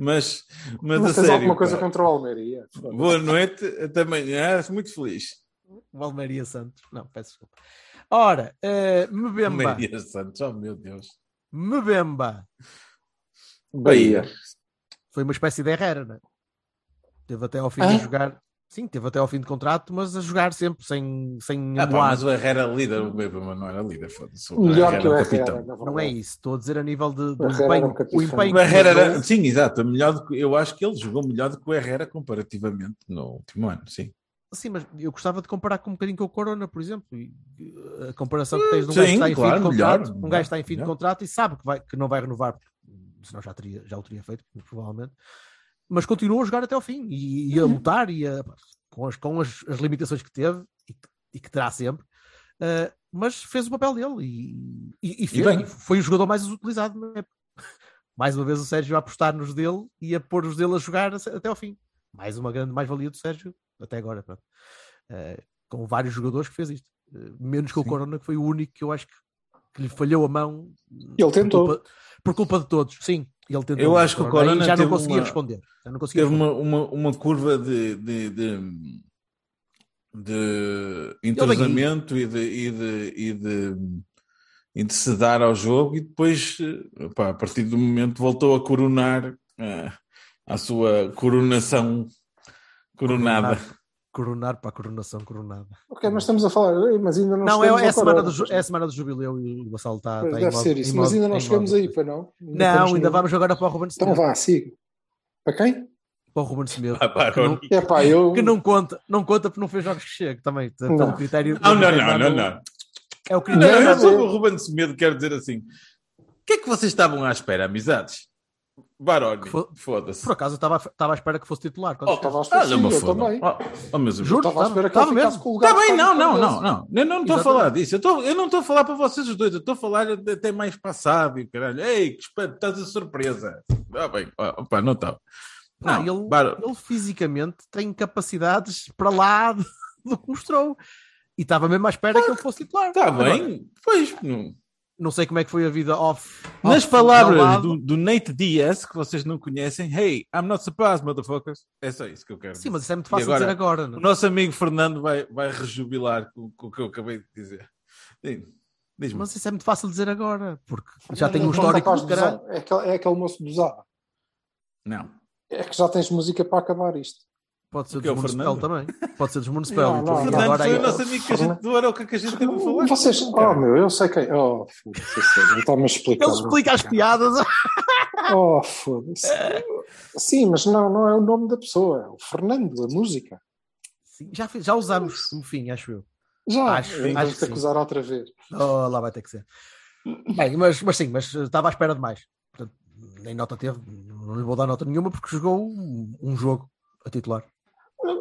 S2: mas, mas a
S4: Mas tens
S2: sério,
S4: alguma coisa
S2: pá.
S4: contra o Almeria?
S2: boa noite, até amanhã, muito feliz.
S8: O Almeria Santos. Não, peço desculpa. Ora, eh, Mbemba.
S2: Almeria Santos, oh meu Deus.
S8: Mbemba.
S4: Bahia.
S8: Foi uma espécie de Herrera, não é? Teve até ao fim
S4: Hã?
S8: de jogar. Sim, teve até ao fim de contrato, mas a jogar sempre sem, sem
S2: Ah, pá,
S8: anuar.
S2: mas o Herrera era líder, o Bebama não era líder, foda-se.
S4: Melhor que o
S2: era
S4: Herrera, na
S8: Não é
S4: verdade.
S8: isso, estou a dizer a nível de, do
S4: O Herrera era
S8: empenho.
S4: um capitão.
S8: o empenho
S2: O Herrera
S8: que
S2: era,
S8: jogou,
S2: é sim, exato, melhor do que- eu acho que ele jogou melhor do que o Herrera comparativamente no último ano, sim.
S8: Sim, mas eu gostava de comparar com um bocadinho com o Corona, por exemplo. E, eh, a comparação que tens de um
S2: Sim,
S8: gajo que está em
S2: claro,
S8: fim de
S2: melhor,
S8: contrato, um gajo
S2: melhor,
S8: que está em fim
S2: melhor.
S8: de contrato e sabe que, vai, que não vai renovar, porque, senão já, teria, já o teria feito, provavelmente. mas continuou a jogar até ao fim e,
S2: Uhum.
S8: e a lutar e a- com, as, com as, as limitações que teve e que, e que terá sempre. eh, mas fez o papel dele e, e, e fez,
S2: bem.
S8: e foi o jogador mais utilizado. na época. Mais uma vez o Sérgio a apostar nos dele e a pôr os dele a jogar a- até ao fim. Mais uma grande mais-valia do Sérgio até agora. pronto. Eh, com vários jogadores que fez isto. Eh, menos que o Corona, que foi o único que eu acho que, que lhe falhou a mão. eh,
S4: Ele tentou.
S8: Por culpa, por culpa de todos, sim. Ele tentou.
S2: Eu acho que o Corona
S8: Aí já não
S2: teve
S8: conseguia
S2: uma-
S8: responder. Já não conseguia
S2: Teve
S8: responder.
S2: uma, uma, uma curva de, de, de, de entrosamento e de, e, de, e, de, e de se dar ao jogo, e depois, eh, pá, a partir do momento, voltou a coronar eh, a sua coronação coronada.
S8: Coronar, coronar para a coronação coronada.
S4: Ok, mas estamos a falar, eh, mas ainda não,
S8: Não, é,
S4: chegamos
S8: é
S4: ao
S8: a semana
S4: Corona.
S8: do, ju- é a semana do jubileu e o Gonçalo está,
S4: Pois
S8: está em
S4: Deve
S8: modo-
S4: ser
S8: em
S4: isso,
S8: modo-
S4: mas ainda não
S8: em
S4: chegamos
S8: modo-
S4: aí, para não? estamos
S8: Não, ainda
S4: no-
S8: vamos agora para o Ruben Semedo.
S4: Então vá, siga. Para quem?
S8: Para o Ruben Semedo.
S2: Ah, pá,
S8: que, não,
S4: É pá, eu...
S8: que não conta, não conta porque não fez jogos que chega também. Está
S4: Não.
S8: o critério.
S2: Não, não, não, não, não.
S8: É o
S2: Não,
S8: critério.
S2: eu sobre o Ruben de Semedo quero dizer assim: o que é que vocês estavam à espera, amizades? Baroni,
S8: Fo-
S2: foda-se.
S8: Por acaso eu estava à- estava à espera que fosse titular. Quando
S4: Oh,
S8: chegou.
S4: estava à espera,
S2: Ah, não
S4: sim,
S2: me
S4: eu
S2: fodam.
S4: também.
S2: Oh, oh, meus amigos.
S8: Juro,
S4: Estava à espera que
S8: estava
S4: ele ficasse
S8: mesmo. Tá
S4: com o lugar
S2: Está bem,
S4: de
S2: não,
S4: Fábio
S2: não, não,
S4: Fernandes.
S2: não. Eu não estou a
S8: Exatamente.
S2: falar disso. Eu, tô- eu não estou a falar para vocês os dois. Eu estou a falar de- até mais para a Sábio, caralho. Ei, que espanto, estás a surpresa. Ah, bem, ó, opa, não estava.
S8: Pá,
S2: Não,
S8: ele,
S2: Bar-
S8: ele fisicamente tem capacidades para lá do, do que mostrou. E estava mesmo à espera que ele fosse titular.
S2: Está
S8: Agora,
S2: tá bem, pois. não.
S8: Não sei como é que foi a vida off.
S2: Nas
S8: off-
S2: palavras
S8: ao lado.
S2: do, do Nate Diaz, que vocês não conhecem, hey, I'm not surprised, motherfuckers. É só isso que eu quero
S8: Sim,
S2: dizer.
S8: mas isso é muito
S2: E
S8: fácil
S2: agora?
S8: dizer agora.
S2: O
S8: Não? é?
S2: nosso amigo Fernando vai, vai rejubilar com, com o que eu acabei de dizer. Sim, Diz-me.
S8: Mas isso é muito fácil dizer agora, porque já tem
S4: Não
S8: um
S4: conta
S8: histórico
S4: para as
S8: do caralho.
S4: dos- É aquele, é aquele moço do Zaba.
S2: Não.
S4: É que já tens música para acabar isto.
S8: Pode ser
S2: Porque é
S8: dos
S2: o
S8: Municipal também. Pode ser dos Municipal.
S4: Não,
S8: então,
S4: não,
S8: e
S4: não.
S2: Fernando
S8: agora
S2: foi
S8: aí-
S2: o nosso amigo que a gente do Aroca que a gente teve a falar.
S4: Vocês, oh meu, eu sei quem. Oh, foda-se, eu sei, não está-me a explicar.
S8: Ele explica as piadas.
S4: Oh, foda-se. Sim, mas não, não é o nome da pessoa, é o Fernando, a música.
S8: Sim, já, fiz- já usamos, no fim, acho eu.
S4: Já,
S8: Acho-
S4: vamos
S8: acho que
S4: te
S8: sim.
S4: acusar outra vez.
S8: Oh, lá vai ter que ser. Bem, mas, mas sim, mas eh, estava à espera de mais. Portanto, nem nota teve, não lhe vou dar nota nenhuma porque jogou um, um jogo a titular.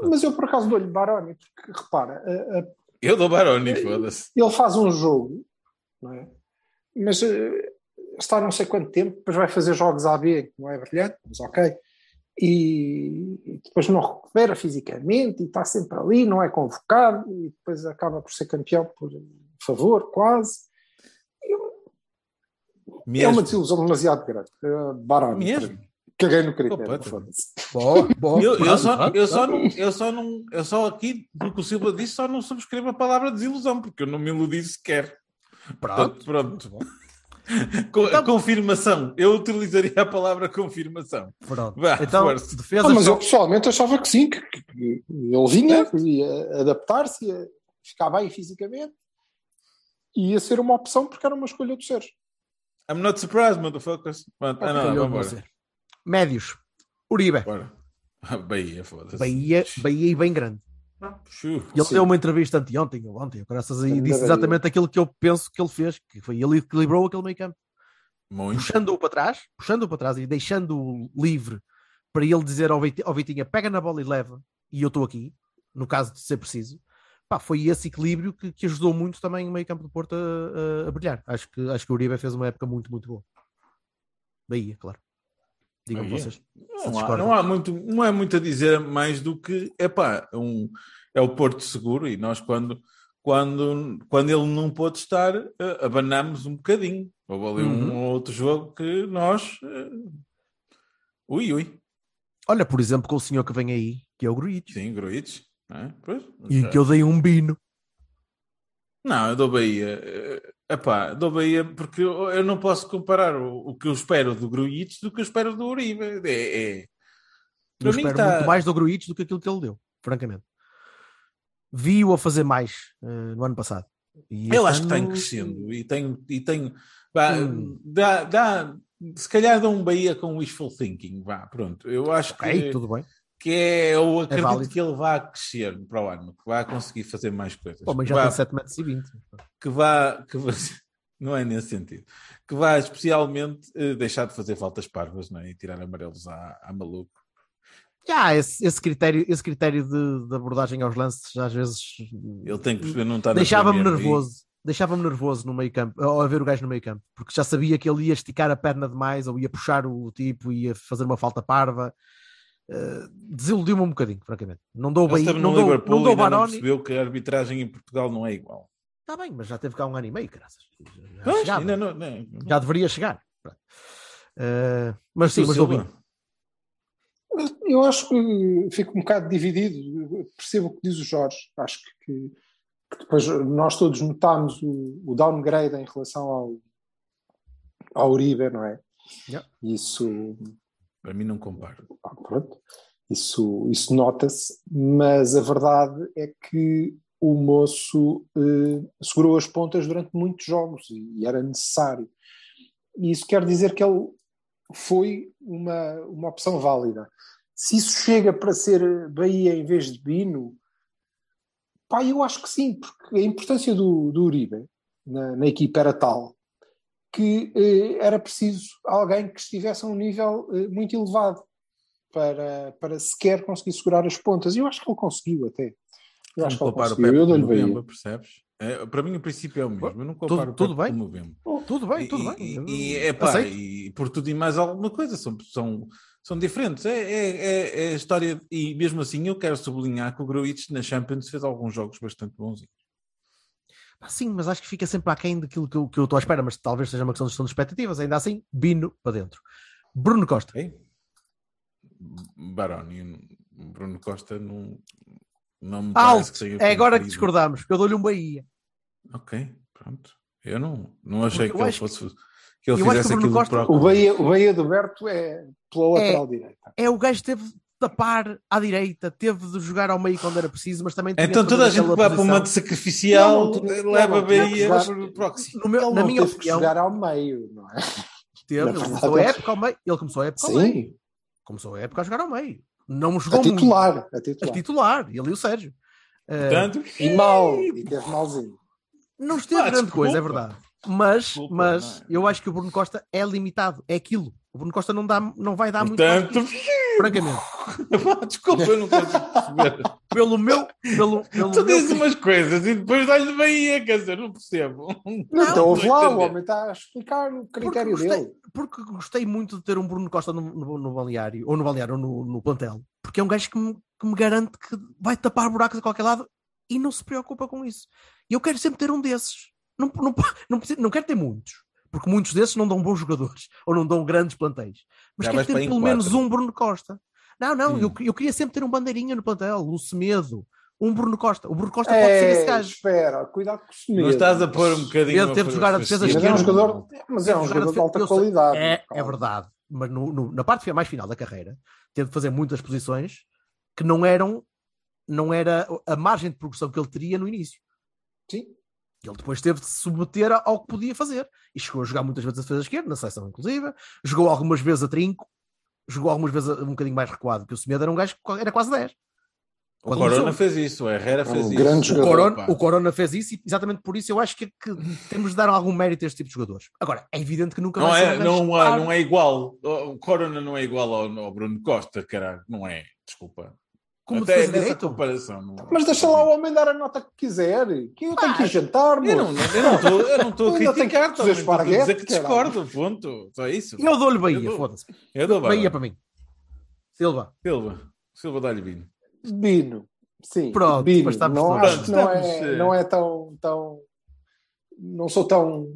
S4: Mas eu por acaso dou-lhe Baroni, porque repara, a- a
S2: Eu dou Baroni, foda-se.
S4: ele faz um jogo, não é? mas eh, está não sei quanto tempo, depois vai fazer jogos AB, não é brilhante, mas ok. E, e depois não recupera fisicamente e está sempre ali, não é convocado, e depois acaba por ser campeão por favor, quase. É uma
S2: Mesmo.
S4: desilusão demasiado grande. Uh, Baroni.
S2: Mesmo.
S4: para mim. Caguei no critério,
S2: Opa,
S4: foda-se.
S8: Boa, boa.
S2: Eu, eu,
S8: pronto,
S2: só,
S8: pronto,
S2: eu, só
S8: pronto.
S2: não, eu só não, eu só aqui, do que o Silva disse, só não subscrevo a palavra desilusão, porque eu não me iludi sequer. Portanto, pronto. Co-
S8: Então-
S2: a confirmação. Eu utilizaria a palavra confirmação.
S8: Pronto.
S2: Vá,
S8: então,
S2: força.
S8: defesa.
S4: Ah, mas
S8: só-
S4: eu pessoalmente achava que sim, que, que- que ele vinha, ia adaptar-se, ia ficar bem fisicamente, e ia ser uma opção porque era uma escolha do Sérgio.
S2: I'm not surprised, motherfuckers. Pronto, ah, não,
S8: Calhou de
S2: vamos
S8: não ser. Médios. Uribe.
S2: embora. Ah, Bahia, foda-se.
S8: Bahia, Bahia e bem grande.
S2: Chu.
S8: Ele
S4: Sim.
S8: deu uma entrevista anteontem ou ontem, graças a
S4: Na
S8: e disse
S4: Bahia.
S8: exatamente aquilo que eu penso que ele fez, que foi ele equilibrou aquele meio campo,
S2: Muito.
S8: puxando-o para trás, puxando-o para trás e deixando-o livre para ele dizer ao Viti- ao Vitinha, pega na bola e leva, e eu estou aqui, no caso de ser preciso. Pá, foi esse equilíbrio que, que ajudou muito também o meio campo do Porto a, a- a brilhar. Acho que, acho que o Uribe fez uma época muito, muito boa. Bahia, claro. Digam
S2: Bahia.
S8: vocês. se
S2: Não há,
S8: discordam.
S2: não há muito, não é muito a dizer mais do que epá, é um, é o Porto Seguro e nós quando, quando, quando ele não pôde estar eh, abanámos um bocadinho. Houve ali um
S8: Uhum.
S2: ou outro jogo que nós eh, ui ui,
S8: Olha, por exemplo, com o senhor que vem aí, que é o Gruitch,
S2: sim, Gruites, não é? Pois,
S8: e que eu dei um bino.
S2: Não, eu dou Bahia. Eh, Epá, dou Bahia porque eu, eu não posso comparar o, o que eu espero do Gruites do que eu espero do Uribe. É, é.
S8: Eu
S2: Para mim
S8: espero
S2: tá-
S8: muito mais do Gruitch do que aquilo que ele deu, francamente. Vi-o a fazer mais eh, no ano passado. E este
S2: Eu acho que tem
S8: ano-
S2: crescendo e tenho, e tenho vá,
S8: Hum.
S2: dá, dá, se calhar dá um Bahia com wishful thinking, vá, pronto. Eu acho
S8: Ok,
S2: que,
S8: tudo bem.
S2: que é, eu acredito
S8: válido.
S2: que ele vá crescer para o ano, que vá conseguir fazer mais coisas.
S8: Pô, mas
S2: que,
S8: já
S2: vá,
S8: tem 7 metros e 20.
S2: que vá, que vá- não é nesse sentido, que vá especialmente eh, deixar de fazer faltas parvas, não é? E tirar amarelos à, à maluco.
S8: Já, esse, esse critério, esse critério de, de abordagem aos lances às vezes
S2: Ele tem que perceber não está na
S8: deixava-me
S2: Premier League.
S8: nervoso. Deixava-me nervoso no meio campo, ao ver o gajo no meio campo, porque já sabia que ele ia esticar a perna demais, ou ia puxar o tipo, ia fazer uma falta parva. Eh, Desiludiu-me um bocadinho, francamente. Não dou
S2: Ele
S8: bem,
S2: esteve
S8: não
S2: no
S8: dou,
S2: Liverpool
S8: não
S2: e
S8: dou
S2: ainda não
S8: Baroni.
S2: percebeu que a arbitragem em Portugal não é igual.
S8: Está bem, mas já teve cá um ano e meio, graças. Já,
S2: Pois,
S8: chegava.
S2: ainda não, é? não-
S8: Já deveria chegar. Pronto. Eh, mas sim,
S2: O
S8: mas dou
S2: Silva,
S8: bem.
S4: Eu acho que fico um bocado dividido. Eu Percebo o que diz o Jorge. Acho que, que- que depois nós todos notámos o, o downgrade em relação ao, ao Uribe, não é?
S8: Yeah.
S4: Isso,
S2: Para mim não comparo.
S4: pá, Ah, pronto, isso, isso nota-se, mas a verdade é que o moço eh, segurou as pontas durante muitos jogos e, e era necessário. E isso quer dizer que ele foi uma, uma opção válida. Se isso chega para ser Bahia em vez de Bino, pá, eu acho que sim, porque a importância do, do Uribe na, na equipa era tal que eh, era preciso alguém que estivesse a um nível eh, muito elevado para, para sequer conseguir segurar as pontas. E eu acho que ele conseguiu até. Eu acho que ele
S2: comparo o
S4: conseguiu.
S2: Pepe
S4: Eu
S2: com o
S4: dou-lhe bem.
S2: Mbemba, percebes? É, para mim o princípio é o mesmo. Eu não
S8: Tudo-
S2: comparo
S8: tudo
S2: o Pepe
S8: bem?
S2: com o Mbemba.
S8: Tudo bem, tudo
S2: E-
S8: bem.
S2: E,
S8: Eu
S2: e, epá,
S8: aceito.
S2: e por tudo e mais alguma coisa, são, são, são diferentes. É, é, é- é a história, e mesmo assim eu quero sublinhar que o Gruitch na Champions fez alguns jogos bastante bons.
S8: Pá, Sim, mas acho que fica sempre aquém daquilo que eu, que eu estou à espera, mas talvez seja uma questão de gestão de expectativas. Ainda assim, Bino para dentro. Bruno Costa.
S2: Ok? Baroni, o Bruno Costa não, não me parece que
S8: Alto,
S2: seja
S8: é agora que
S2: cumprido.
S8: discordamos, porque eu dou-lhe um Bahia.
S2: Ok, pronto. Eu não, não achei
S8: eu
S2: que ele
S8: acho que-
S2: fosse que ele
S8: eu acho que o
S2: fizesse
S8: Bruno
S2: aquilo
S8: Costa-
S2: para
S4: O Bahia, o Bahia do Berto é pela
S8: É.
S4: lateral direita.
S8: É o gajo que teve de tapar à direita, teve de jogar ao meio quando era preciso, mas também tinha
S2: Então
S8: que
S2: toda a
S8: fazer
S2: gente que
S8: aquela
S2: vai para uma de
S8: posição.
S2: sacrificial
S4: Ele não tinha-
S2: leva a
S4: ele não tinha que
S2: Bahia
S4: jogar-
S2: para o próximo.
S8: No meu-
S4: Ele
S8: na
S4: Oh, não
S8: minha
S4: teve que
S8: opinião,
S4: jogar ao meio, não é?
S8: teve,
S4: Na
S8: ele
S4: verdade,
S8: começou a
S4: ele-
S8: época ao meio. Ele começou a época ao meio.
S4: Sim,
S8: Começou a época a jogar ao meio. Não
S4: a
S8: jogou muito.
S4: titular, a
S8: A
S4: titular.
S8: titular. Ele e o Sérgio. Eh,
S2: Portanto,
S4: E mal, e teve malzinho.
S8: Não esteve
S2: Pá,
S8: grande
S2: desculpa.
S8: coisa, é verdade. Mas,
S2: Desculpa,
S8: mas
S2: não é?
S8: eu acho que o Bruno Costa é limitado, é aquilo. O Bruno Costa não, dá, não vai dar muito mais que
S2: portanto
S8: isso, francamente.
S2: Desculpa, eu não consigo perceber.
S8: Pelo meu. Pelo, pelo
S2: tu
S8: meu
S2: dizes umas coisas e depois dá-lhe Bahia, quer dizer, não percebo.
S4: Não, então ouve
S2: estou a
S4: lá, o
S2: entender.
S4: homem está a explicar o
S8: porque,
S4: critério
S8: gostei,
S4: dele.
S8: porque gostei muito de ter um Bruno Costa no, no, no balneário, ou no balneário, ou no, no plantel, porque é um gajo que me, que me garante que vai tapar buracos a qualquer lado e não se preocupa com isso. E eu quero sempre ter um desses. Não, não, não, preciso- não quero ter muitos, porque muitos desses não dão bons jogadores, ou não dão grandes plantéis. Mas
S2: Já
S8: quero
S2: vais
S8: ter
S2: para aí em
S8: pelo menos
S2: quatro.
S8: um Bruno Costa. Não, não,
S2: Hum.
S8: eu, eu queria sempre ter um bandeirinha no plantel, Lucemedo, um Bruno Costa. O Bruno Costa pode ser esse
S4: É,
S8: gajo.
S4: espera, cuidado com o senhor.
S2: Não estás a pôr um bocadinho.
S8: Ele teve de jogar a defesa
S4: Mas é um
S8: esquerda.
S4: jogador, mas é um jogador de alta
S8: Eu sei-
S4: qualidade.
S8: É, é
S4: Calma.
S8: verdade. Mas no- no- na parte fi- mais final da carreira, teve de fazer muitas posições que não eram. Não era a margem de progressão que ele teria no início.
S4: Sim.
S8: Ele depois teve de se submeter a- ao que podia fazer. E chegou a jogar muitas vezes a defesa esquerda, na seleção inclusive. Jogou algumas vezes a trinco. Jogou algumas vezes a- um bocadinho mais recuado, porque o Semedo era um gajo que qua- era quase 10.
S2: O
S8: Quando
S2: Corona
S8: começou.
S2: fez isso, o Herrera
S4: Um
S2: fez isso.
S4: grande
S8: O
S4: jogador,
S8: Corona,
S2: Pá.
S8: o Corona fez isso e exatamente por isso eu acho que, que temos de dar algum mérito a este tipo de jogadores. Agora, é evidente que nunca
S2: Não
S8: vai ser
S2: é,
S8: um gajo
S2: não, é,
S8: claro.
S2: não é igual. O Corona não é igual ao, ao Bruno Costa, caralho. Não é, desculpa.
S8: como
S2: Até
S8: defesa
S2: nessa
S8: direito.
S2: comparação. não- é.
S4: Mas deixa lá o homem dar a nota que quiser. Que eu tenho que ir jantar,
S2: Eu
S4: moço.
S2: não eu não estou eu não estou a
S4: Ainda tem que
S2: criticar, também
S4: fazer
S2: estou a dizer
S4: esparguete,
S2: que
S4: caralho.
S2: discordo, ponto. Só isso.
S8: Eu dou-lhe
S2: Eu
S8: Bahia,
S2: dou.
S8: foda-se.
S2: Eu dou
S8: Bahia
S2: Bahia.
S8: para mim. Silva.
S2: Silva, Silva dá-lhe vinho.
S4: Bino. Sim.
S8: Pronto,
S4: Bino.
S8: mas estamos
S4: não,
S8: todos.
S4: acho que não é,
S2: Estamos,
S4: não é tão, tão. Não sou tão,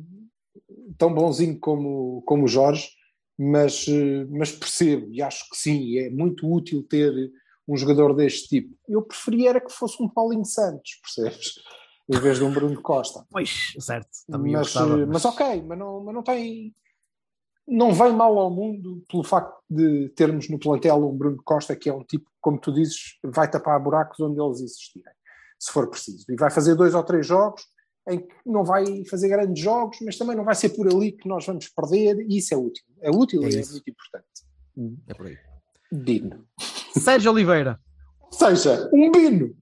S4: tão bonzinho como, como o Jorge, mas, eh, mas percebo e acho que sim, é muito útil ter um jogador deste tipo. Eu preferia era que fosse um Paulinho Santos, percebes? Em vez de um Bruno Costa.
S8: Pois, certo. Também eu
S4: Mas,
S8: gostava,
S4: eh,
S8: mas-
S4: mas ok, mas não, mas não tem. Não vem mal ao mundo pelo facto de termos no plantel um Bruno Costa, que é um tipo, como tu dizes, vai tapar buracos onde eles existirem, se for preciso. E vai fazer dois ou três jogos em que não vai fazer grandes jogos, mas também não vai ser por ali que nós vamos perder, e isso é útil. É útil
S8: É
S4: e é
S8: isso.
S4: muito importante.
S8: É por aí.
S4: Bino.
S8: Sérgio Oliveira.
S4: Ou seja, um Bino.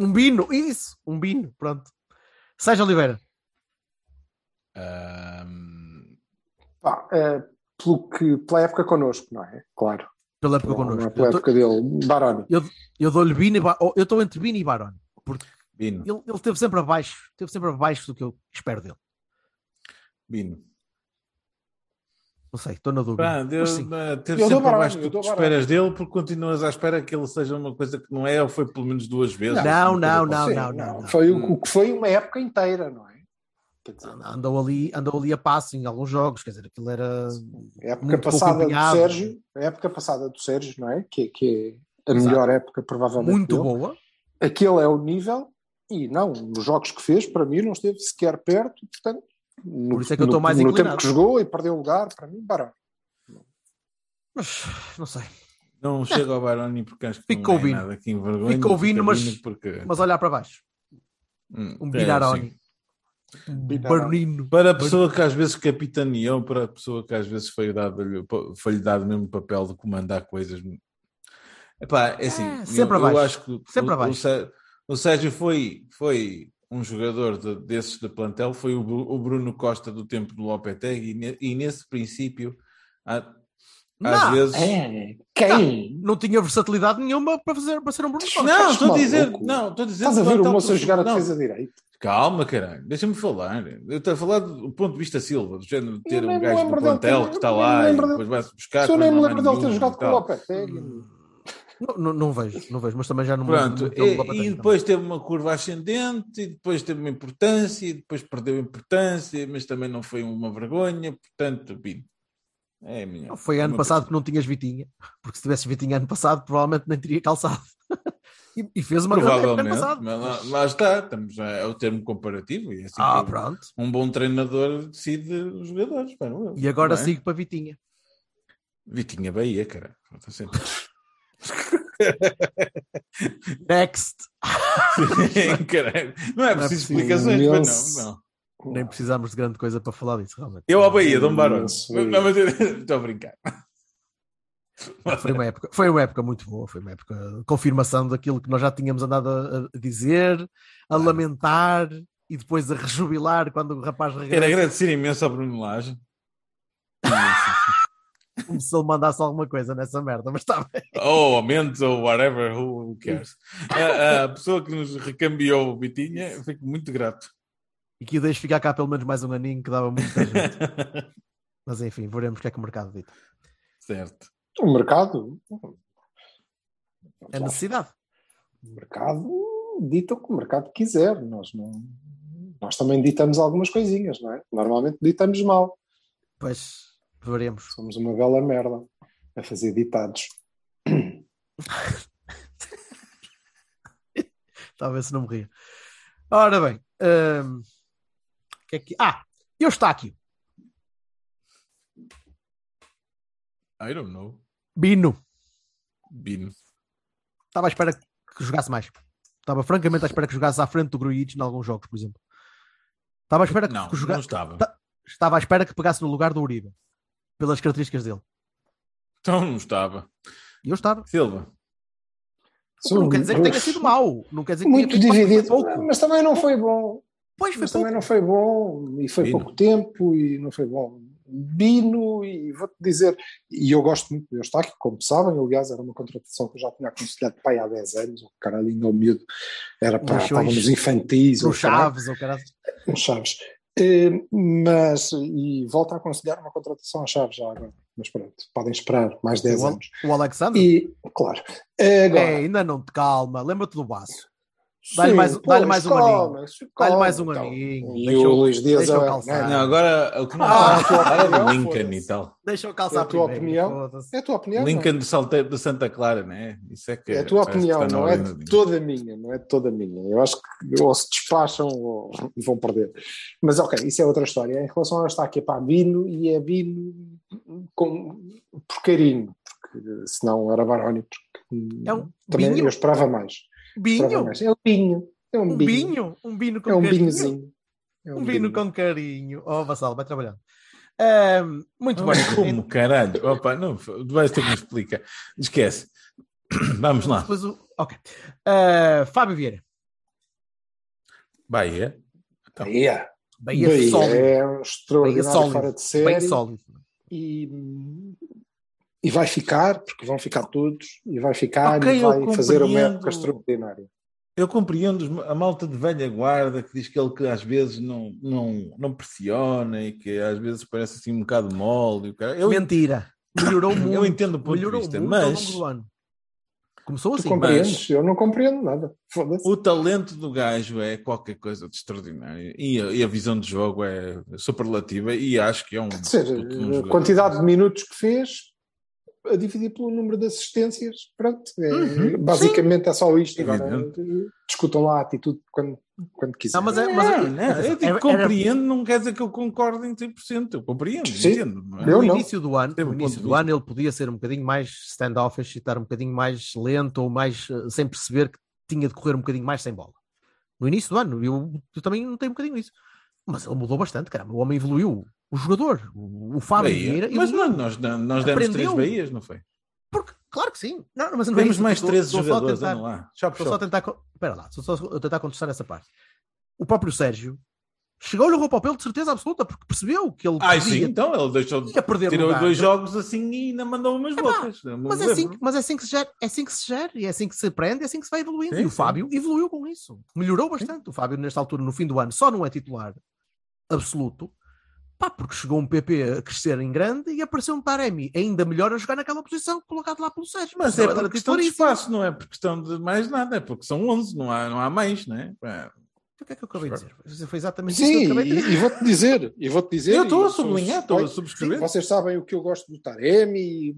S8: Um bino, isso. Um bino, pronto. Sérgio Oliveira.
S2: Ahm,
S4: Pá, eh, pelo que, pela época connosco, não é? Claro.
S8: pela época
S4: Não é
S8: connosco.
S4: pela
S8: Eu tô-
S4: época dele. Baroni.
S8: Eu dou-lhe Bini e Ba- oh, Eu estou entre Bini e Baroni.
S2: Bino,
S8: Ele, ele esteve sempre abaixo, esteve sempre abaixo do que eu espero dele.
S2: Bino.
S8: Não sei, estou na dúvida.
S2: Pá,
S8: Mas
S2: Deus,
S8: sim,
S2: ah, ter
S4: Eu dou
S2: sempre
S4: baralho,
S2: abaixo
S4: eu
S2: do que
S4: dou
S2: tu
S4: baralho.
S2: esperas dele, porque continuas à espera que ele seja uma coisa que não é, ou foi pelo menos duas vezes.
S8: Não,
S2: Uma coisa
S8: não,
S2: qualquer.
S8: não,
S4: Sim,
S8: não, não, Hum. não.
S4: Foi o, o que foi uma época inteira, não é? Quer dizer,
S8: andou ali, andou ali a passo em alguns jogos, quer dizer, aquilo era.
S4: a época
S8: Muito pouco
S4: passada do
S8: empenhado. né?
S4: Sérgio, a época passada do Sérgio, não é? Que, que é a
S8: Exato.
S4: melhor época, provavelmente.
S8: muito
S4: dele.
S8: boa.
S4: Aquele é o nível, e não, nos jogos que fez, para mim, não esteve sequer perto, portanto. No,
S8: Por isso é que eu
S4: no-
S8: estou mais
S4: no
S8: inclinado.
S4: tempo que jogou e perdeu lugar, para mim, Barão.
S8: Mas não sei.
S2: Não chego ao Baroni porque acho que
S8: Ficou
S2: não é
S8: Bino.
S2: nada que envergonha.
S8: Ficou Bino, mas-
S2: Porque...
S8: Mas olhar para baixo.
S2: Hum,
S8: Um
S2: é, sim.
S8: Binaroni. Um
S4: Binaroni.
S8: Barnino.
S2: Para a pessoa que às vezes capitaneou, para a pessoa que às vezes foi-lhe dado, foi dado o mesmo papel de comandar coisas. Epá, é
S4: Ah,
S2: assim,
S8: É,
S2: eu,
S8: sempre
S2: eu
S8: abaixo.
S2: acho que o-
S8: Sempre
S2: o,
S8: abaixo.
S2: Sé- o Sérgio foi, foi um jogador de- desses de plantel, foi o, Bru- o Bruno Costa do tempo do Lopetegui, e, ne- e nesse princípio, há- às
S8: Não,
S2: vezes...
S4: É, quem?
S8: Não tinha versatilidade nenhuma para, fazer, para ser um Bruno Costa.
S2: Não,
S4: estás
S2: estou a dizer,
S4: maluco?
S2: não, estou a dizer...
S4: Estás a
S2: do
S4: ver
S8: tá
S4: o
S2: plantel
S4: moço a
S2: todo.
S4: jogar a
S2: Não,
S4: defesa direita?
S2: Calma, caralho, deixa-me falar. Eu estou a falar do ponto de vista Silva, do género de
S4: Eu
S2: ter
S4: nem
S2: um
S4: me
S2: gajo
S4: lembro
S2: do
S4: dele
S2: plantel
S4: ter-
S2: que está
S4: nem me
S2: lá e
S4: lembro dele-
S2: depois vai-se buscar.
S4: Se eu
S2: depois
S4: nem me
S2: não há
S4: lembro
S2: mais
S4: dele ter
S2: nenhum
S4: jogado
S2: e
S4: com o
S2: tal.
S4: Lopetegui.
S8: Não, não, não vejo, não vejo, mas também já não me lembro
S2: Pronto,
S8: muito
S2: e,
S8: do Lopetegui
S2: e
S8: também.
S2: depois teve uma curva ascendente, e depois teve uma importância, e depois perdeu importância, mas também não foi uma vergonha, portanto, Bino. É melhor.
S8: Não, Foi ano
S2: Uma
S8: passado que não tinhas Vitinha, porque se tivesses Vitinha ano passado, provavelmente nem teria calçado. E, e fez uma grande época é ano
S2: Provavelmente,
S8: passado.
S2: mas lá, lá está, estamos a, é o termo comparativo. E é assim
S8: Ah,
S2: que
S8: pronto.
S2: um bom treinador decide os jogadores. espero eu,
S8: E agora
S2: não é?
S8: sigo para Vitinha.
S2: Vitinha Bahia, cara. Está sempre.
S8: Next.
S2: Caralho.
S8: Não
S2: Não é
S8: é
S2: preciso
S8: possível.
S2: explicações, mas
S4: Imenso.
S2: não, não.
S8: Nem precisamos de grande coisa para falar disso, realmente.
S2: Eu ao Bahia, Dom Barão.
S4: Imenso.
S2: Não, mas eu- Estou a brincar.
S8: Foi uma, época, foi uma época muito boa, foi uma época de confirmação daquilo que nós já tínhamos andado a, a dizer, a lamentar e depois a rejubilar quando o rapaz
S2: Quero
S8: regressa,
S2: agradecer imenso ao Bruno Lage.
S8: como se ele mandasse alguma coisa nessa merda, mas tá está bem.
S2: ou a Mendes, ou whatever, who cares. A, a pessoa que nos recambiou o Bitinha, fico muito grato.
S8: E que o deixo ficar cá pelo menos mais um aninho que dava muita gente. Mas enfim, veremos o que é que o mercado dita.
S2: certo.
S4: O mercado.
S8: É necessidade.
S4: O mercado dita o que o mercado quiser. Nós, não, nós também ditamos algumas coisinhas, não é? Normalmente ditamos mal.
S8: Pois veremos.
S4: Somos uma bela merda a fazer ditados.
S8: Talvez se não morria. Ora bem, hum, o que é que. Ah, eu está aqui.
S2: I don't know.
S8: Bino.
S2: Bino.
S8: Estava à espera que jogasse mais. Estava francamente à espera que jogasse à frente do Grujic em alguns jogos, por exemplo. Estava à espera que,
S2: Não,
S8: que
S2: não
S8: jogasse.
S2: estava.
S8: tá- Estava à espera que pegasse no lugar do Uribe. Pelas características dele.
S2: Então não estava.
S8: E eu estava.
S2: Silva.
S8: Não quer dizer que tenha sido mau. Não quer dizer que tenha
S4: Muito
S8: feito mal, foi
S4: dividido,
S8: Pouco.
S4: mas também não foi bom.
S8: Pois foi
S4: Mas também
S8: pouco.
S4: não foi bom, e foi
S2: Bino.
S4: pouco tempo, e não foi bom. Bino, e vou-te dizer, e eu gosto muito do Eustáquio, como sabem, aliás, era uma contratação que eu já tinha aconselhado pai há 10 anos, o caralho ainda ao miúdo, era para,
S8: Mas foi
S4: estávamos infantis,
S8: No
S4: o caralho,
S8: Chaves, ou caralho.
S4: com Chaves. Eh, Mas, e volto a aconselhar uma contratação a Chaves já agora, mas pronto, podem esperar mais 10
S8: O, Al-
S4: anos.
S8: o Alexandre.
S4: E, claro, eh, agora...
S8: É, ainda não te calma. Lembra-te do Baço.
S4: sim,
S8: dá-lhe mais um-
S4: pois,
S8: dá-lhe mais um
S4: calma,
S8: Dá-lhe mais um
S4: calma, então.
S8: aninho.
S4: E
S8: Deixa
S4: o
S8: eu-
S4: Luís Dias
S8: deixa eu
S4: é-
S8: calçar.
S2: Não, agora o que não
S8: Ah,
S2: estava
S4: a tua
S2: era
S4: opinião,
S2: Lincoln e
S4: foda-se.
S2: tal.
S8: Deixa eu calçar
S4: É a tua
S8: primeiro,
S4: opinião?
S8: foda-se.
S4: É a tua opinião, não é?
S2: Lincoln de, Salte, de Santa Clara, não é? Isso é que
S4: É a tua
S2: parece que
S4: opinião,
S2: está na
S4: não é
S2: ordem do
S4: de
S2: dia.
S4: toda minha, não é de toda minha. Eu acho que ou se despacham ou vão perder. Mas ok, isso é outra história. Em relação ao está aqui, pá, Bino e é Bino com, por carinho, porque senão era Baroni, porque
S8: É um
S4: também
S8: binho?
S4: eu esperava mais. Esperava
S8: Binho?
S4: mais. É um Binho, é um,
S8: Um
S4: binho.
S8: binho? Um binho com
S4: é um
S8: carinho?
S4: binhozinho. É
S8: Um vinho com carinho. Oh, Vassal, vai trabalhando. Ahm, muito bem.
S2: Como, caralho? Opa, não, vais ter que me explicar. Esquece. Vamos lá.
S8: Depois o... Ok. Ah, Fábio Vieira.
S2: Bahia. é.
S4: Bahia.
S8: Bahia,
S4: Bahia
S8: sólido.
S4: é um
S8: Bahia
S4: extraordinário fora
S8: sólido.
S4: de série.
S8: Bem sólido.
S4: e hum, E vai ficar, porque vão ficar todos, e vai ficar
S2: Ok,
S4: e
S2: eu
S4: vai fazer uma
S2: compreendo.
S4: época extraordinária.
S2: Eu compreendo os- a malta de velha guarda que diz que ele que às vezes não, não, não pressiona e que às vezes parece assim um bocado mole. e o cara- Eu,
S8: Mentira. Melhorou muito.
S2: eu entendo o ponto
S8: melhorou
S2: de vista,
S8: muito ao longo
S2: mas
S8: do ano. Começou
S4: Tu
S8: assim.
S4: compreendes?
S2: mas-
S4: Eu não compreendo nada. Foda-se.
S2: o talento do gajo é qualquer coisa de extraordinário e a, e a visão de jogo é superlativa e acho que é um.
S4: Quer dizer,
S2: puto de um
S4: a
S2: jogador.
S4: quantidade de minutos que fez a dividir pelo número de assistências, pronto. é-
S2: Uhum.
S4: basicamente é só isto. Agora, eh, discutam lá a atitude quando, quando quiserem.
S8: Não, mas é-
S2: Não,
S8: eu-
S2: não, eu digo,
S8: era-
S2: compreendo, não quer dizer que eu concordo em 100%. Eu compreendo,
S4: Sim.
S2: entendo. não é?
S4: Eu
S8: no
S4: não.
S8: início do ano,
S2: Teve
S8: no
S2: um
S8: início
S2: ponto de
S8: do ano ele podia ser um bocadinho mais standoffish e estar um bocadinho mais lento ou mais eh, sem perceber que tinha de correr um bocadinho mais sem bola. No início do ano, eu, eu também notei um bocadinho isso. Mas ele mudou bastante, caramba. O homem evoluiu. O jogador, o, o Fábio
S2: Bahia.
S8: Vieira,
S2: é. Mas
S8: evoluiu.
S2: mano, nós, nós demos três
S8: Aprendeu.
S2: Bahias, não foi?
S8: Porque, claro que sim. Não, não, mas não é
S2: Temos
S8: isso.
S2: mais
S8: Estou-
S2: 13
S8: estou só a
S2: jogadores,
S8: tentar-
S2: andam lá. Chop,
S8: Estou só a
S2: chop.
S8: tentar. co- Espera lá, estou só a tentar contestar essa parte. O próprio Sérgio chegou-lhe o roupa ao pelo de certeza absoluta, porque percebeu que ele
S2: Ah,
S8: podia-
S2: sim, então ele deixou de.
S8: ia perder
S2: Tirou
S8: um lugar.
S2: dois jogos assim e ainda mandou umas
S8: Epá,
S2: bocas.
S8: Mas é, assim, mas é assim que se gera, é assim que se gera, e é assim que se aprende, é assim que se vai evoluindo.
S2: Sim,
S8: e o
S2: sim.
S8: Fábio evoluiu com isso. Melhorou bastante. O Fábio, nesta altura, no fim do ano, só não é titular absoluto, pá, porque chegou um PP a crescer em grande e apareceu um Taremi, ainda melhor a jogar naquela posição, colocado lá pelo Sérgio.
S2: Mas é
S8: Era
S2: por questão de
S8: claríssimo.
S2: espaço, não é por questão de mais nada, é porque são 11, não há, não há mais, não é? Pá,
S8: O que é que eu acabei de dizer? Foi exatamente isso que eu
S4: Sim,
S8: acabei de dizer.
S4: e, e vou-te dizer, e vou-te dizer.
S2: Eu estou
S4: e
S2: a sublinhar, estou a
S4: vocês-
S2: subscrever.
S4: Vocês sabem o que eu gosto do Taremi e,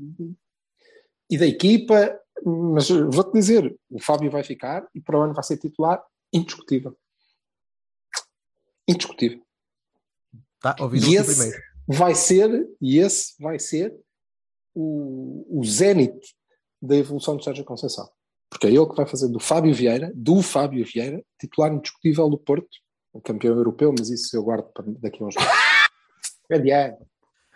S4: e da equipa, mas vou-te dizer, o Fábio vai ficar e para o ano vai ser titular indiscutível. Indiscutível.
S8: Tá, ouviram
S4: E
S8: aqui
S4: esse-
S8: primeiro.
S4: Vai ser, e esse vai ser o, o zénite da evolução de Sérgio Conceição. Porque é ele que vai fazer do Fábio Vieira, do Fábio Vieira, titular indiscutível do Porto, um campeão europeu, mas isso eu guardo para daqui a uns meses. Adiante.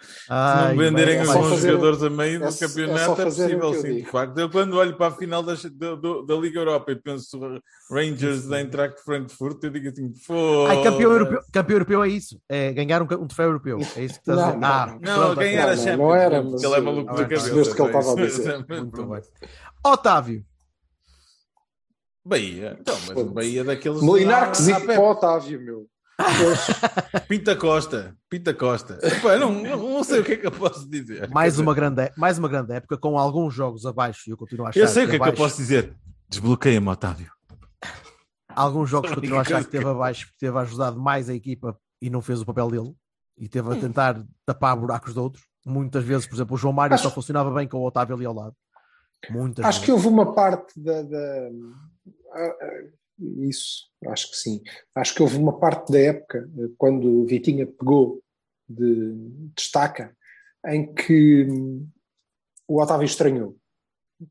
S2: Se
S8: Ai,
S2: não venderem um
S4: é
S2: os
S4: só
S2: bons
S4: fazer-
S2: jogadores a meio do
S4: é só- é só
S2: campeonato, é,
S4: fazer o
S2: possível,
S4: que eu
S2: sim, de
S4: digo.
S2: facto. Eu quando olho para a final da, da, do- da Liga Europa e penso Rangers da Eintracht Frankfurt, eu digo assim, foda
S8: Ai, campeão europeu, campeão europeu é isso. É ganhar um, ca- um troféu europeu. É isso que estás a
S4: Não,
S8: dizer.
S4: não,
S8: Ah,
S4: não.
S2: Não,
S8: pronto,
S2: quem era
S8: ok.
S4: não,
S2: Champions,
S4: não era,
S2: porque
S4: mas,
S2: ele é maluco
S8: ah,
S2: da
S8: mas
S2: cabeça.
S4: percebeste o que ele
S2: é
S4: estava a
S2: isso.
S4: dizer.
S8: Muito bem. Otávio,
S2: Bahia. Então, mas o Bahia daqueles... Ah,
S4: Molinar
S2: lá-
S4: quesito
S2: à Pepe.
S4: para o Otávio, meu. Eles-
S2: Pinta ah, Costa, Pinta Costa. Epá, eu não, eu não sei o que é que eu posso dizer.
S8: mais uma, grande, é- mais uma grande época, com alguns jogos abaixo, e eu continuo a achar
S2: Eu sei o que é que eu
S8: abaixo-
S2: posso dizer. Desbloqueia-me, Otávio.
S8: Alguns jogos continuo a achar que
S2: Coisa que-
S8: teve abaixo, porque teve ajudado mais a equipa e não fez o papel dele, e teve a
S4: Hum.
S8: tentar tapar buracos de outros. Muitas vezes, por exemplo, o João Mário só
S4: Acho-
S8: funcionava bem com o Otávio ali ao lado. Muitas
S4: acho que
S8: vezes.
S4: houve uma parte da. da- ah, ah, Isso, acho que sim. Acho que houve uma parte da época, eh, quando o Vitinha pegou de destaca, em que hum, o Otávio estranhou.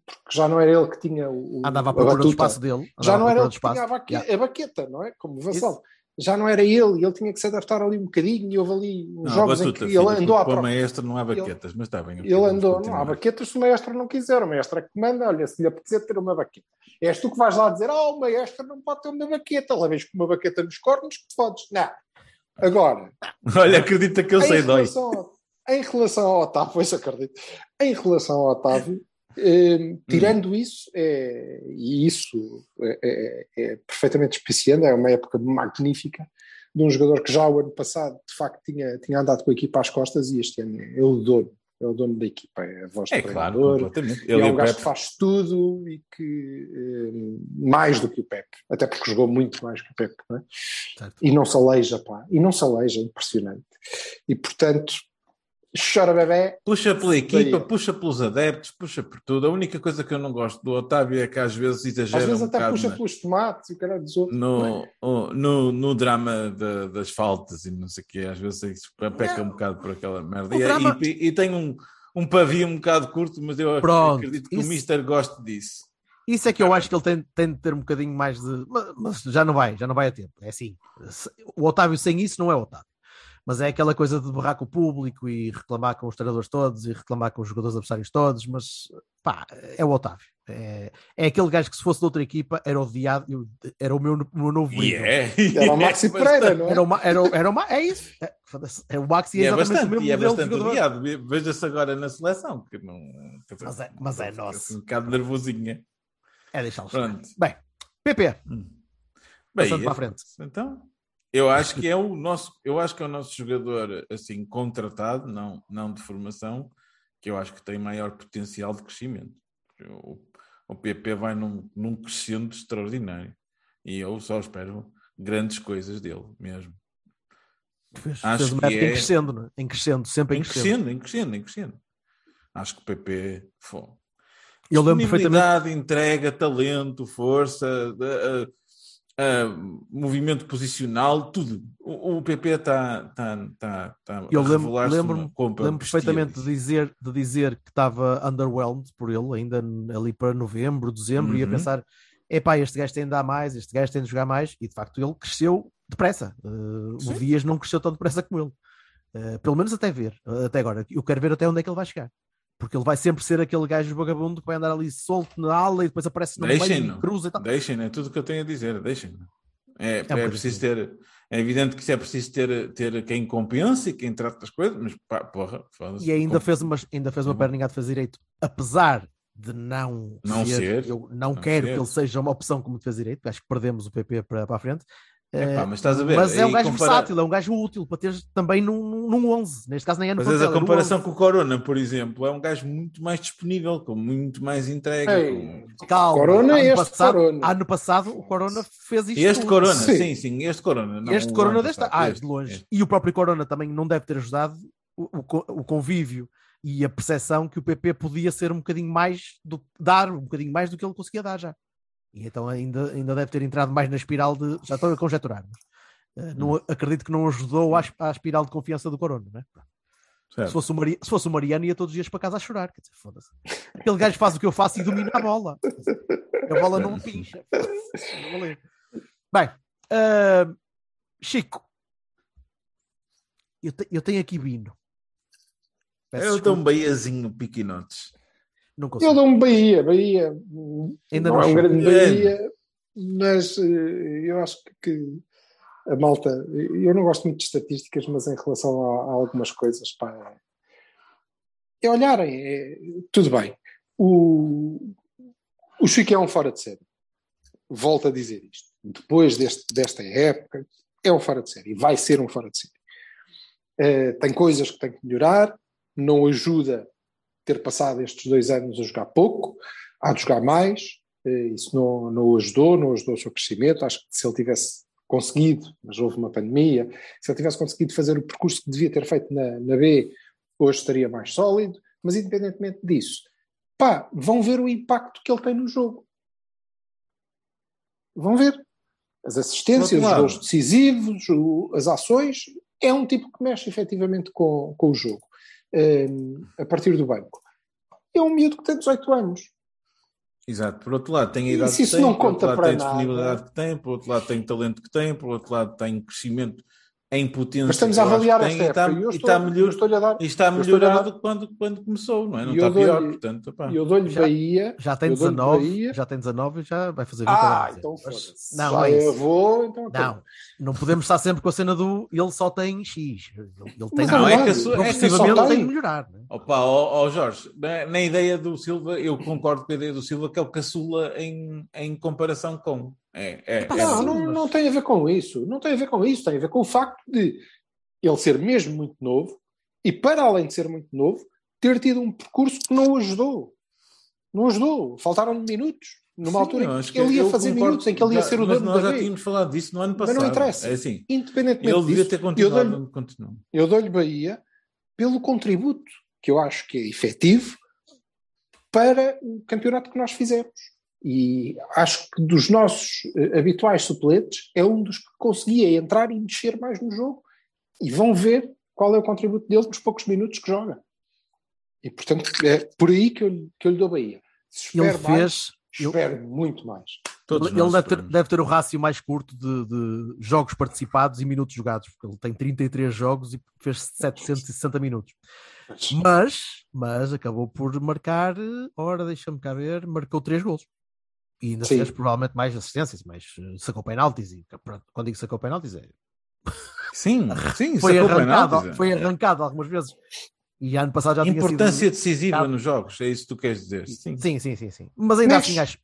S4: Porque já não era ele que tinha o. o-
S8: andava à
S4: a
S8: procura do
S2: tá
S4: batuta.
S8: espaço dele.
S4: Já
S8: andava
S4: não
S8: à
S4: era
S8: procura
S4: ele
S8: do
S4: que tinha a,
S8: espaço.
S4: baque-
S8: Yeah.
S4: a baqueta, não é? Como vassal. Já não era ele, e ele tinha que se adaptar ali um bocadinho, e houve ali uns
S2: Não,
S4: jogos
S2: batuta,
S4: em que
S2: filho,
S4: ele andou à
S2: para o
S4: procura.
S2: maestro não há baquetas, mas está bem.
S4: Ele andou, não há baquetas se o maestro não quiser, o maestro é que manda, olha, se lhe apetecer ter uma baqueta. És tu que vais lá dizer, ah, o maestro não pode ter uma baqueta, levas com uma baqueta nos cornos que te fodes. Não. Agora,
S2: Olha, acredita que eu sei
S4: em
S2: dói.
S4: relação, ao, em relação ao Otávio, pois acredito, em relação ao Otávio, hum, tirando isso, é, e isso é, é- é perfeitamente especiando, é uma época magnífica de um jogador que já o ano passado, de facto, tinha, tinha andado com a equipa às costas e este ano é o dono, é o dono da equipa, é a voz do
S2: É claro,
S4: treinador,
S2: completamente.
S4: e
S2: Ele
S4: é
S2: e
S4: um
S2: o
S4: gajo que
S2: Pepe.
S4: faz tudo e que hum, mais do que o Pepe, até porque jogou muito mais que o Pepe, não é?
S8: Certo.
S4: e não se aleija, pá, e não se aleija, impressionante. E portanto, chora bebê,
S2: Puxa pela equipa,
S4: Bahia.
S2: puxa pelos adeptos, puxa por tudo. A única coisa que eu não gosto do Otávio é que às vezes
S4: às
S2: exagera
S4: vezes
S2: um
S4: até
S2: bocado
S4: puxa
S2: na-
S4: pelos tomates e o cara dos outros. é?
S2: no, oh, no, no drama da- das faltas e não sei o quê. Às vezes isso peca um bocado por aquela merda.
S8: O
S2: E,
S8: drama-
S2: e, e tem um, um pavio um bocado curto, mas eu ac-
S8: Pronto,
S2: acredito que o
S8: isso-
S2: Mister goste disso.
S8: Isso é que eu acho que ele tem, tem de ter um bocadinho mais de. ma- Mas já não vai, já não vai a tempo. É assim. Se- O Otávio sem isso não é Otávio. Mas é aquela coisa de borrar com o público e reclamar com os treinadores todos e reclamar com os jogadores adversários todos, mas pá, é o Otávio. É, é aquele gajo que se fosse de outra equipa era odiado, eu- era o meu, o meu novo
S2: E
S8: ídolo.
S2: é.
S4: Era o Maxi Pereira, não é?
S8: Era um o, Ma- era, o- era o Ma- é isso. É, foda-se, é o Maxi é
S2: E é
S8: exatamente o
S2: bastante,
S8: mesmo
S2: e é
S8: modelo de
S2: bastante
S8: jogador.
S2: odiado. Veja-se agora na seleção, que não. quer dizer,
S8: Mas é- mas é
S2: fica-se
S8: nosso.
S2: Um bocado nervosinha.
S8: É deixá-los.
S2: Pronto.
S8: Bem, PP,
S2: Bem,
S8: Passando
S2: é-
S8: para a frente.
S2: Então, eu acho que é o nosso, eu acho que é o nosso jogador assim contratado, não, não de formação, que eu acho que tem maior potencial de crescimento. O, o PP vai num, num crescendo extraordinário e eu só espero grandes coisas dele mesmo.
S8: fez,
S2: Acho
S8: fez uma
S2: que
S8: época
S2: é-
S8: em crescendo, não é? em crescendo, sempre em
S2: Em
S8: crescendo.
S2: crescendo, em crescendo, em crescendo. Acho que o PP foi.
S8: Eu lembro perfeitamente.
S2: Disponibilidade, entrega, talento, força, eh, eh, eh, movimento posicional, tudo. O, o PP está tá, tá, tá
S8: Eu
S2: a
S8: lembro-
S2: revelar-se
S8: lembro-me-
S2: uma compra
S8: Lembro
S2: bestial.
S8: perfeitamente de dizer, de dizer que estava underwhelmed por ele, ainda n- ali para novembro, dezembro, e ia
S2: Uhum.
S8: pensar: epá, este gajo tem de dar mais, este gajo tem de jogar mais, e de facto ele cresceu depressa. Uh, o
S2: Sim.
S8: Dias não cresceu tão depressa como ele. Uh, pelo menos até ver, uh, até agora. Eu quero ver até onde é que ele vai chegar. Porque ele vai sempre ser aquele gajo vagabundo que vai andar ali solto na ala e depois aparece no meio
S2: Deixem-no.
S8: e cruza e tal.
S2: Deixem, é tudo o que eu tenho a dizer, deixem. É, é,
S8: uma coisa
S2: preciso ter. É evidente que isso é preciso ter, ter quem compensa e quem trata das coisas, mas pá, porra, foda-se.
S8: E ainda
S2: Com-
S8: fez uma, ainda fez uma
S2: Uhum.
S8: perninha de fazer direito, apesar de não,
S2: Não ser.
S8: Eu não,
S2: Não
S8: quero
S2: ser.
S8: que ele seja uma opção como defesa direito, acho que perdemos o PP para, para a frente.
S2: Epá,
S8: Eh,
S2: mas estás a ver.
S8: mas é um
S2: aí
S8: gajo
S2: comparar-
S8: versátil, é um gajo útil para ter também num, num- num 11. Neste caso, nem é no
S2: Mas és a
S8: plantel, é no
S2: comparação
S8: 11.
S2: com o Corona, por exemplo, é um gajo muito mais disponível, com muito mais entrega.
S4: Ei,
S2: com-
S8: Calma,
S4: Corona é
S8: ano
S4: este
S8: passado,
S4: Corona.
S8: Ano passado, o Corona fez isto.
S2: Este
S8: tudo.
S2: Corona,
S4: Sim.
S2: sim, sim, este Corona. não
S8: este
S2: o
S8: Corona
S2: ano
S8: desta.
S2: passado,
S8: Ah,
S2: este,
S8: de longe.
S2: este.
S8: E o próprio Corona também não deve ter ajudado o, o co- o convívio e a percepção que o PP podia ser um bocadinho mais, do, dar um bocadinho mais do que ele conseguia dar já. E então ainda, ainda deve ter entrado mais na espiral de. Já estou a conjecturar, mas eh, não,
S2: Hum.
S8: acredito que não ajudou à, es- à espiral de confiança do Corona, né?
S2: Certo.
S8: Se fosse, o Mari- se fosse o Mariano, ia todos os dias para casa a chorar. Quer dizer, foda-se. Aquele gajo faz o que eu faço e domina a bola. A bola não pincha. Foda-se, não valeu. Bem, ah, Chico. Eu, te- eu tenho aqui Bino. Peço
S2: Eu
S8: desculpa,
S2: dou um baiazinho piquinotes.
S8: Não consigo.
S4: Eu dou um Bahia, Bahia. hum,
S8: Ainda
S4: não
S8: não
S4: é um
S8: achou.
S4: grande
S2: É.
S4: Bahia, mas eh, eu acho que a malta. Eu não gosto muito de estatísticas, mas em relação a, a algumas coisas, pá. É, é olharem, é- tudo bem. O, o Chico é um fora de série. Volto a dizer isto. Depois deste- desta época, é um fora de série. Vai ser um fora de série. Eh, tem coisas que tem que melhorar, não ajuda ter passado estes dois anos a jogar pouco, há de jogar mais. eh, Isso não, não o ajudou, não ajudou o seu crescimento. Acho que se ele tivesse conseguido, mas houve uma pandemia, se ele tivesse conseguido fazer o percurso que devia ter feito na, na B, hoje estaria mais sólido. Mas independentemente disso, pá, vão ver o impacto que ele tem no jogo. Vão ver. As
S2: Por
S4: assistências,
S2: outro
S4: os
S2: lado.
S4: gols decisivos, o- as ações. É um tipo que mexe efetivamente com, com o jogo, eh, a partir do banco. É um miúdo que tem 18 anos.
S2: Exato. Por outro lado, tem a
S4: E
S2: idade
S4: se
S2: que
S4: isso
S2: tem,
S4: não
S2: por outro
S4: conta
S2: lado,
S4: para
S2: tem a
S4: nada?
S2: disponibilidade que tem, por outro lado, tem o talento que tem, por outro lado, tem crescimento em potência.
S4: Mas estamos
S2: que
S4: a
S2: eu acho que
S4: avaliar
S2: tem,
S4: esta
S2: e está-
S4: época. E eu
S2: e
S4: estou-
S2: está
S4: eu
S2: melhor.
S4: estou-lhe a dar.
S2: E está
S4: eu estou-lhe a
S2: melhorado
S4: dar-
S2: do que quando, quando começou, não é? Não
S4: E
S2: está
S4: eu dou-lhe-
S2: pior, portanto, opá.
S4: e Eu dou-lhe
S8: Já-
S4: Bahia.
S8: Já tem
S4: eu dou-lhe
S8: 19,
S4: Bahia.
S8: já tem 19 e já vai fazer 20
S4: Ah,
S8: agora, quer
S4: então
S8: dizer. Mas-
S4: foda-se.
S8: Não,
S4: Já
S8: é
S4: eu
S8: isso.
S4: vou, então.
S8: Não, não podemos estar sempre com a cena do ele só tem X. Ele, ele tem
S4: Mas
S2: Não, é
S4: é
S2: que a sua- é que
S4: verdade.
S2: a
S4: Progressivamente
S2: sua
S8: Defensivamente
S4: só tem.
S8: tem de melhorar. né?
S2: Opa, ó, ó Jorge, na, na ideia do Silva, eu concordo com a ideia do Silva, que é o caçula em, em comparação com. É, é,
S8: Epá,
S2: é
S4: Não,
S8: sim,
S4: não,
S8: mas-
S4: não tem a ver com isso. Não tem a ver com isso. Tem a ver com o facto de ele ser mesmo muito novo e, para além de ser muito novo, ter tido um percurso que não o ajudou. Não ajudou. Faltaram-lhe minutos. Numa
S2: Sim,
S4: altura
S2: eu
S4: em
S2: acho
S4: que ele ia
S2: eu
S4: fazer
S2: concordo,
S4: minutos, em que ele ia
S2: já-
S4: ser o
S2: mas
S4: dono
S2: Nós
S4: da
S2: já
S4: vez.
S2: tínhamos falado disso no ano
S4: Mas não
S2: passado.
S4: interessa.
S2: É assim,
S4: Independentemente
S2: ele devia
S4: disso,
S2: ter
S4: eu
S2: continuado
S4: dou-lhe-
S2: onde continuou.
S4: Eu dou-lhe Bahia pelo contributo que eu acho que é efetivo para o campeonato que nós fizemos. E acho que dos nossos eh, habituais suplentes é um dos que conseguia entrar e mexer mais no jogo. E vão ver qual é o contributo dele nos poucos minutos que joga. E portanto é por aí que eu, lhe- que eu lhe dou Bahia. Se
S8: Ele
S4: espero mais,
S8: fez. eu-
S4: espero muito mais.
S2: Todos
S8: Ele
S2: nós
S8: deve ter,
S2: perdemos.
S8: deve ter o rácio mais curto de, de jogos participados e minutos jogados, porque ele tem 33 jogos e fez 760 minutos. Mas, mas acabou por marcar, eh, ora, deixa-me cá ver, marcou 3 gols. E ainda
S4: Sim.
S8: fez provavelmente mais assistências, mas eh, sacou penaltis. E, pronto, quando digo sacou penaltis, é
S2: Sim, sim,
S4: é
S8: foi
S2: sacou
S8: arrancado,
S2: penaltis. é.
S8: foi arrancado algumas vezes. E ano passado já tinha sido-
S2: Importância decisiva
S8: Tá.
S2: nos jogos, é isso que tu queres dizer. Sim.
S8: Sim, sim, sim, sim. Mas ainda
S4: Mas-
S8: assim acho,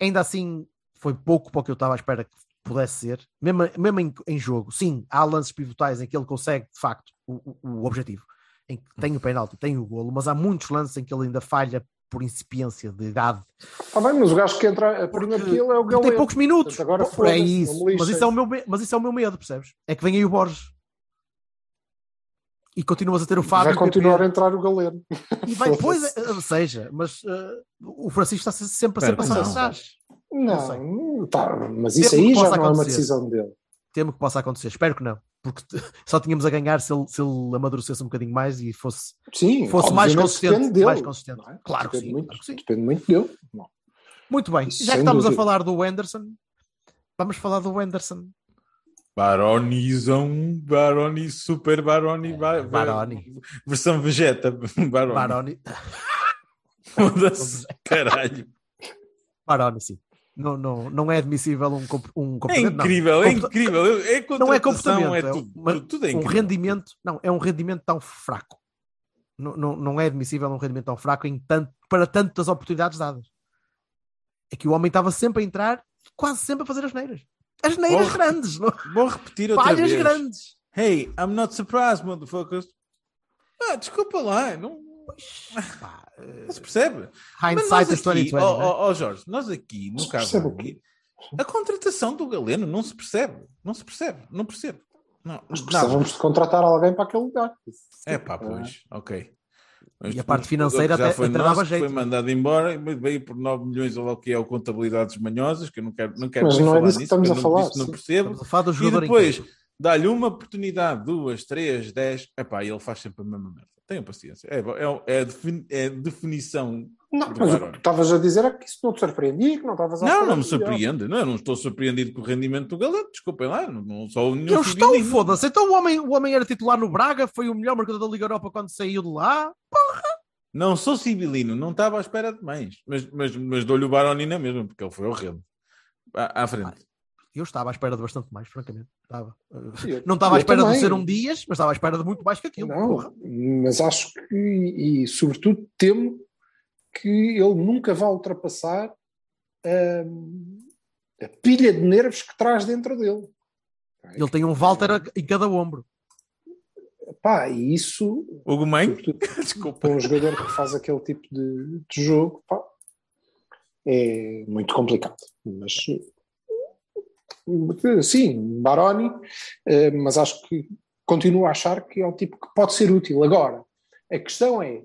S8: ainda assim foi pouco para o que eu estava à espera que pudesse ser, mesmo, mesmo em, em jogo. Sim, há lances pivotais em que ele consegue de facto o, o- o objetivo, em que tem o penalti, tem o golo, mas há muitos lances em que ele ainda falha por incipiência de idade.
S4: Está Tá bem, mas o gajo que entra a
S8: Porque,
S4: primeira pila é o
S8: porque
S4: Galeno.
S8: tem poucos minutos.
S4: Portanto, agora
S8: Pô, é
S4: foda-se, não me
S8: isso.
S4: lixem.
S8: Mas isso é, o meu, me- mas isso é o meu medo, percebes? É que vem aí o Borges. E continuas a ter o Fábio.
S4: Vai
S8: o PP.
S4: continuar a entrar o Galeno.
S8: E vai depois,
S4: Foda-se.
S8: eh, seja, mas eh, o Francisco está sempre a ser
S2: Espera,
S8: passado
S2: não.
S8: atrás. Não sei.
S4: Não, não tá, mas isso
S8: Temo que
S4: aí já
S8: possa
S4: não é uma
S8: acontecer.
S4: decisão dele.
S8: Temo que possa acontecer, espero que não, porque só tínhamos a ganhar se ele, se ele amadurecesse um bocadinho mais e fosse,
S4: Sim,
S8: fosse mais
S4: obviamente depende
S8: consistente.
S4: dele,
S8: Mais consistente.
S4: não é?
S8: Claro, que
S4: depende
S8: sim,
S4: muito,
S8: claro que sim.
S4: Depende muito dele. Não.
S8: Muito bem,
S4: Isso,
S8: já que
S4: sem
S8: estamos a
S4: dúvida.
S8: falar do Anderson, vamos falar do Anderson.
S2: Baronizão, Baroni, Super Baroni, ba- ba-
S8: É, Baroni.
S2: versão Vegeta, Baroni.
S8: Baroni,
S2: Foda-se, caralho.
S8: Baroni, sim. Não, não, não é admissível um, comp- um
S2: É
S8: comportamento. não.
S2: incrível, é
S8: Comporta-
S2: incrível. É
S8: Não é
S2: contratação,
S8: comportamento,
S2: é
S8: é
S2: tudo,
S8: uma-
S2: tudo é
S8: um
S2: incrível.
S8: rendimento, não, é um rendimento tão fraco. Não, não, não é admissível um rendimento tão fraco em tanto, para tantas oportunidades dadas. É que o homem estava sempre a entrar, quase sempre a fazer as neiras. As neiras
S2: Porra.
S8: grandes, não? é?
S2: Vou repetir outra
S8: falhas
S2: vez.
S8: grandes.
S2: Hey, I'm not surprised, motherfuckers. Ah, desculpa lá, não,
S8: Pá, eh,
S2: não se percebe. Mas nós
S8: hindsight is
S2: aqui,
S8: 2020.
S2: ó
S8: né?
S2: ó- ó, Jorge, nós aqui no
S4: se percebe o
S2: Cavani, a contratação do Galeno não se percebe, não se percebe, não percebo. Não,
S4: Mas
S2: não.
S4: precisávamos de contratar alguém para aquele lugar.
S2: É pá, pois, ok. Mas
S8: E a parte
S2: depois,
S8: financeira
S2: o que já
S8: até-
S2: foi
S8: até
S2: nosso,
S8: dava
S2: que
S8: jeito.
S2: Foi mandado embora, mas veio por 9 milhões, ou lá o que é, ou contabilidades manhosas, que eu não quero, não quero
S4: Mas
S2: nem
S4: não é
S2: falar
S4: disso
S2: nisso,
S4: que estamos
S2: porque
S4: a
S2: eu
S4: falar,
S2: disso não
S4: sim.
S2: percebo.
S8: Estamos a falar do
S2: E
S8: jogador em
S2: depois
S8: campo.
S2: dá-lhe uma oportunidade, duas, três, dez. Epá, ele faz sempre a mesma merda. Tenham paciência. É, é, é, defini- é definição.
S4: Não,
S2: do
S4: mas o que
S2: Baroni.
S4: tu estavas a dizer é que isso não te surpreendia, que não estavas a
S2: Não,
S4: falar
S2: não me
S4: dele.
S2: surpreende. Não, eu não estou surpreendido com o rendimento do Galeno. Desculpem lá, não, não sou nenhum
S8: Eu
S2: figurino.
S8: estou, foda-se. Então o homem, o homem era titular no Braga, foi o melhor marcador da Liga Europa quando saiu de lá.
S2: Não sou civilino, não estava à espera de mais. Mas, mas, mas dou-lhe o Baroni na mesma, porque ele foi horrendo. À, à frente.
S8: Eu estava à espera de bastante mais, francamente. Estava. Eh,
S4: Eu-
S8: Não estava à
S4: eu
S8: espera
S4: também.
S8: de ser um Dias, mas estava à espera de muito mais que aquilo. Porra.
S4: Não, mas acho que, e sobretudo temo que ele nunca vá ultrapassar hum, a, pilha de nervos que traz dentro dele.
S8: Ele tem um Walter a-
S2: É.
S8: em cada ombro.
S4: Pá, e isso,
S2: O Gomenho?
S4: sobretudo
S2: Desculpa.
S4: para um jogador que faz aquele tipo de, de jogo, pá, é muito complicado. Mas eh, sim, Baroni, eh, mas acho que continuo a achar que é um tipo que pode ser útil. Agora, a questão é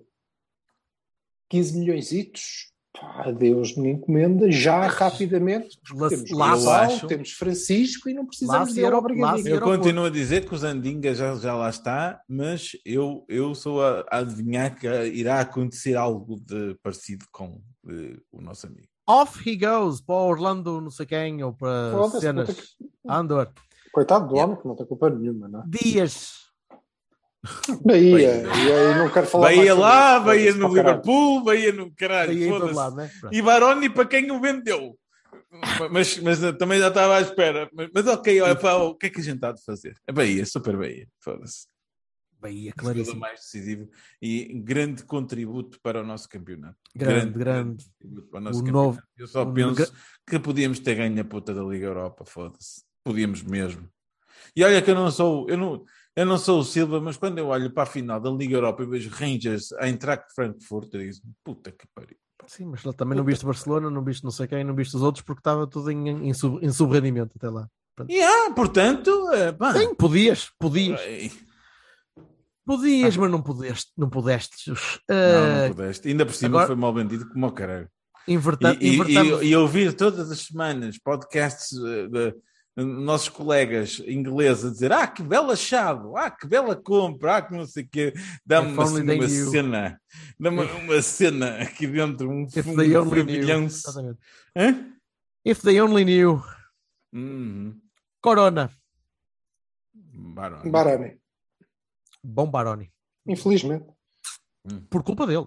S4: 15 milhões itos, pá, Deus me encomenda, já rapidamente.
S8: La-
S4: Temos
S2: eu acho-
S4: Gonçalo, temos Francisco e não precisamos
S8: Lá
S4: de
S8: era-
S4: era
S8: lá se
S4: obrigadinho.
S2: Eu
S8: era o
S2: continuo a dizer que o Zandinga já, já lá está, mas eu, eu sou a, a adivinhar que irá acontecer algo de parecido com eh, o nosso amigo.
S8: Off he goes para Orlando, não sei quem, ou para
S4: Foda-se,
S8: cenas.
S4: puta
S8: Andor.
S4: Coitado do homem que não tem culpa nenhuma, não é?
S8: Dias.
S4: Bahia, e aí não quero falar
S2: Bahia
S4: mais
S2: lá,
S4: sobre
S2: Bahia
S4: isso.
S2: no
S4: Foda-se para o caralho.
S2: Liverpool, Bahia no
S8: Aí
S2: caralho,
S8: em todo
S2: foda-se.
S8: lado, né? Pronto.
S2: E Baroni para quem o vendeu. Mas, mas eu também já estava à espera. Mas, mas ok, olha, pá, o que é que a gente está de fazer? A Bahia, super Bahia, foda-se.
S8: Bahia,
S2: Jogador
S8: claríssimo.
S2: mais decisivo e grande contributo para o nosso campeonato.
S8: Grande, grande.
S2: contributo para o nosso
S8: O
S2: campeonato.
S8: novo-
S2: Eu só
S8: o
S2: penso
S8: gra-
S2: que podíamos ter ganho a puta da Liga Europa, foda-se. Podíamos mesmo. E olha que eu não sou, eu não, eu não sou o Silva, mas quando eu olho para a final da Liga Europa e vejo Rangers a entrar com Frankfurt, eu digo, puta que pariu.
S8: Sim, mas lá também não viste Barcelona, não viste não sei quem, não viste os outros, porque estava tudo em, em, sub- em subrendimento até lá.
S2: E ah, portanto, eh, pá,
S8: Sim, podias, podias.
S2: eh,
S8: Podias, mas não pudeste. Não pudeste.
S2: não,
S8: Eh,
S2: não pudeste. Ainda por cima
S8: agora-
S2: foi mal vendido como ao caralho.
S8: inverta-
S2: E, e,
S8: invertamos-
S2: e- e ouvir todas as semanas podcasts eh, de, de nossos colegas ingleses a dizer ah, que belo achado, ah, que bela compra, ah, que não sei o quê. Dá-me
S8: If
S2: uma,
S8: only they
S2: uma
S8: knew.
S2: cena, dá-me uma cena aqui dentro, um
S8: If they
S2: fundo
S8: only knew.
S2: fervilhão.
S8: Exatamente.
S2: Hã?
S8: If they only knew.
S2: Uhum.
S8: Corona.
S2: Baroni.
S4: Barani.
S8: Bom Baroni.
S4: Infelizmente.
S8: Por culpa dele.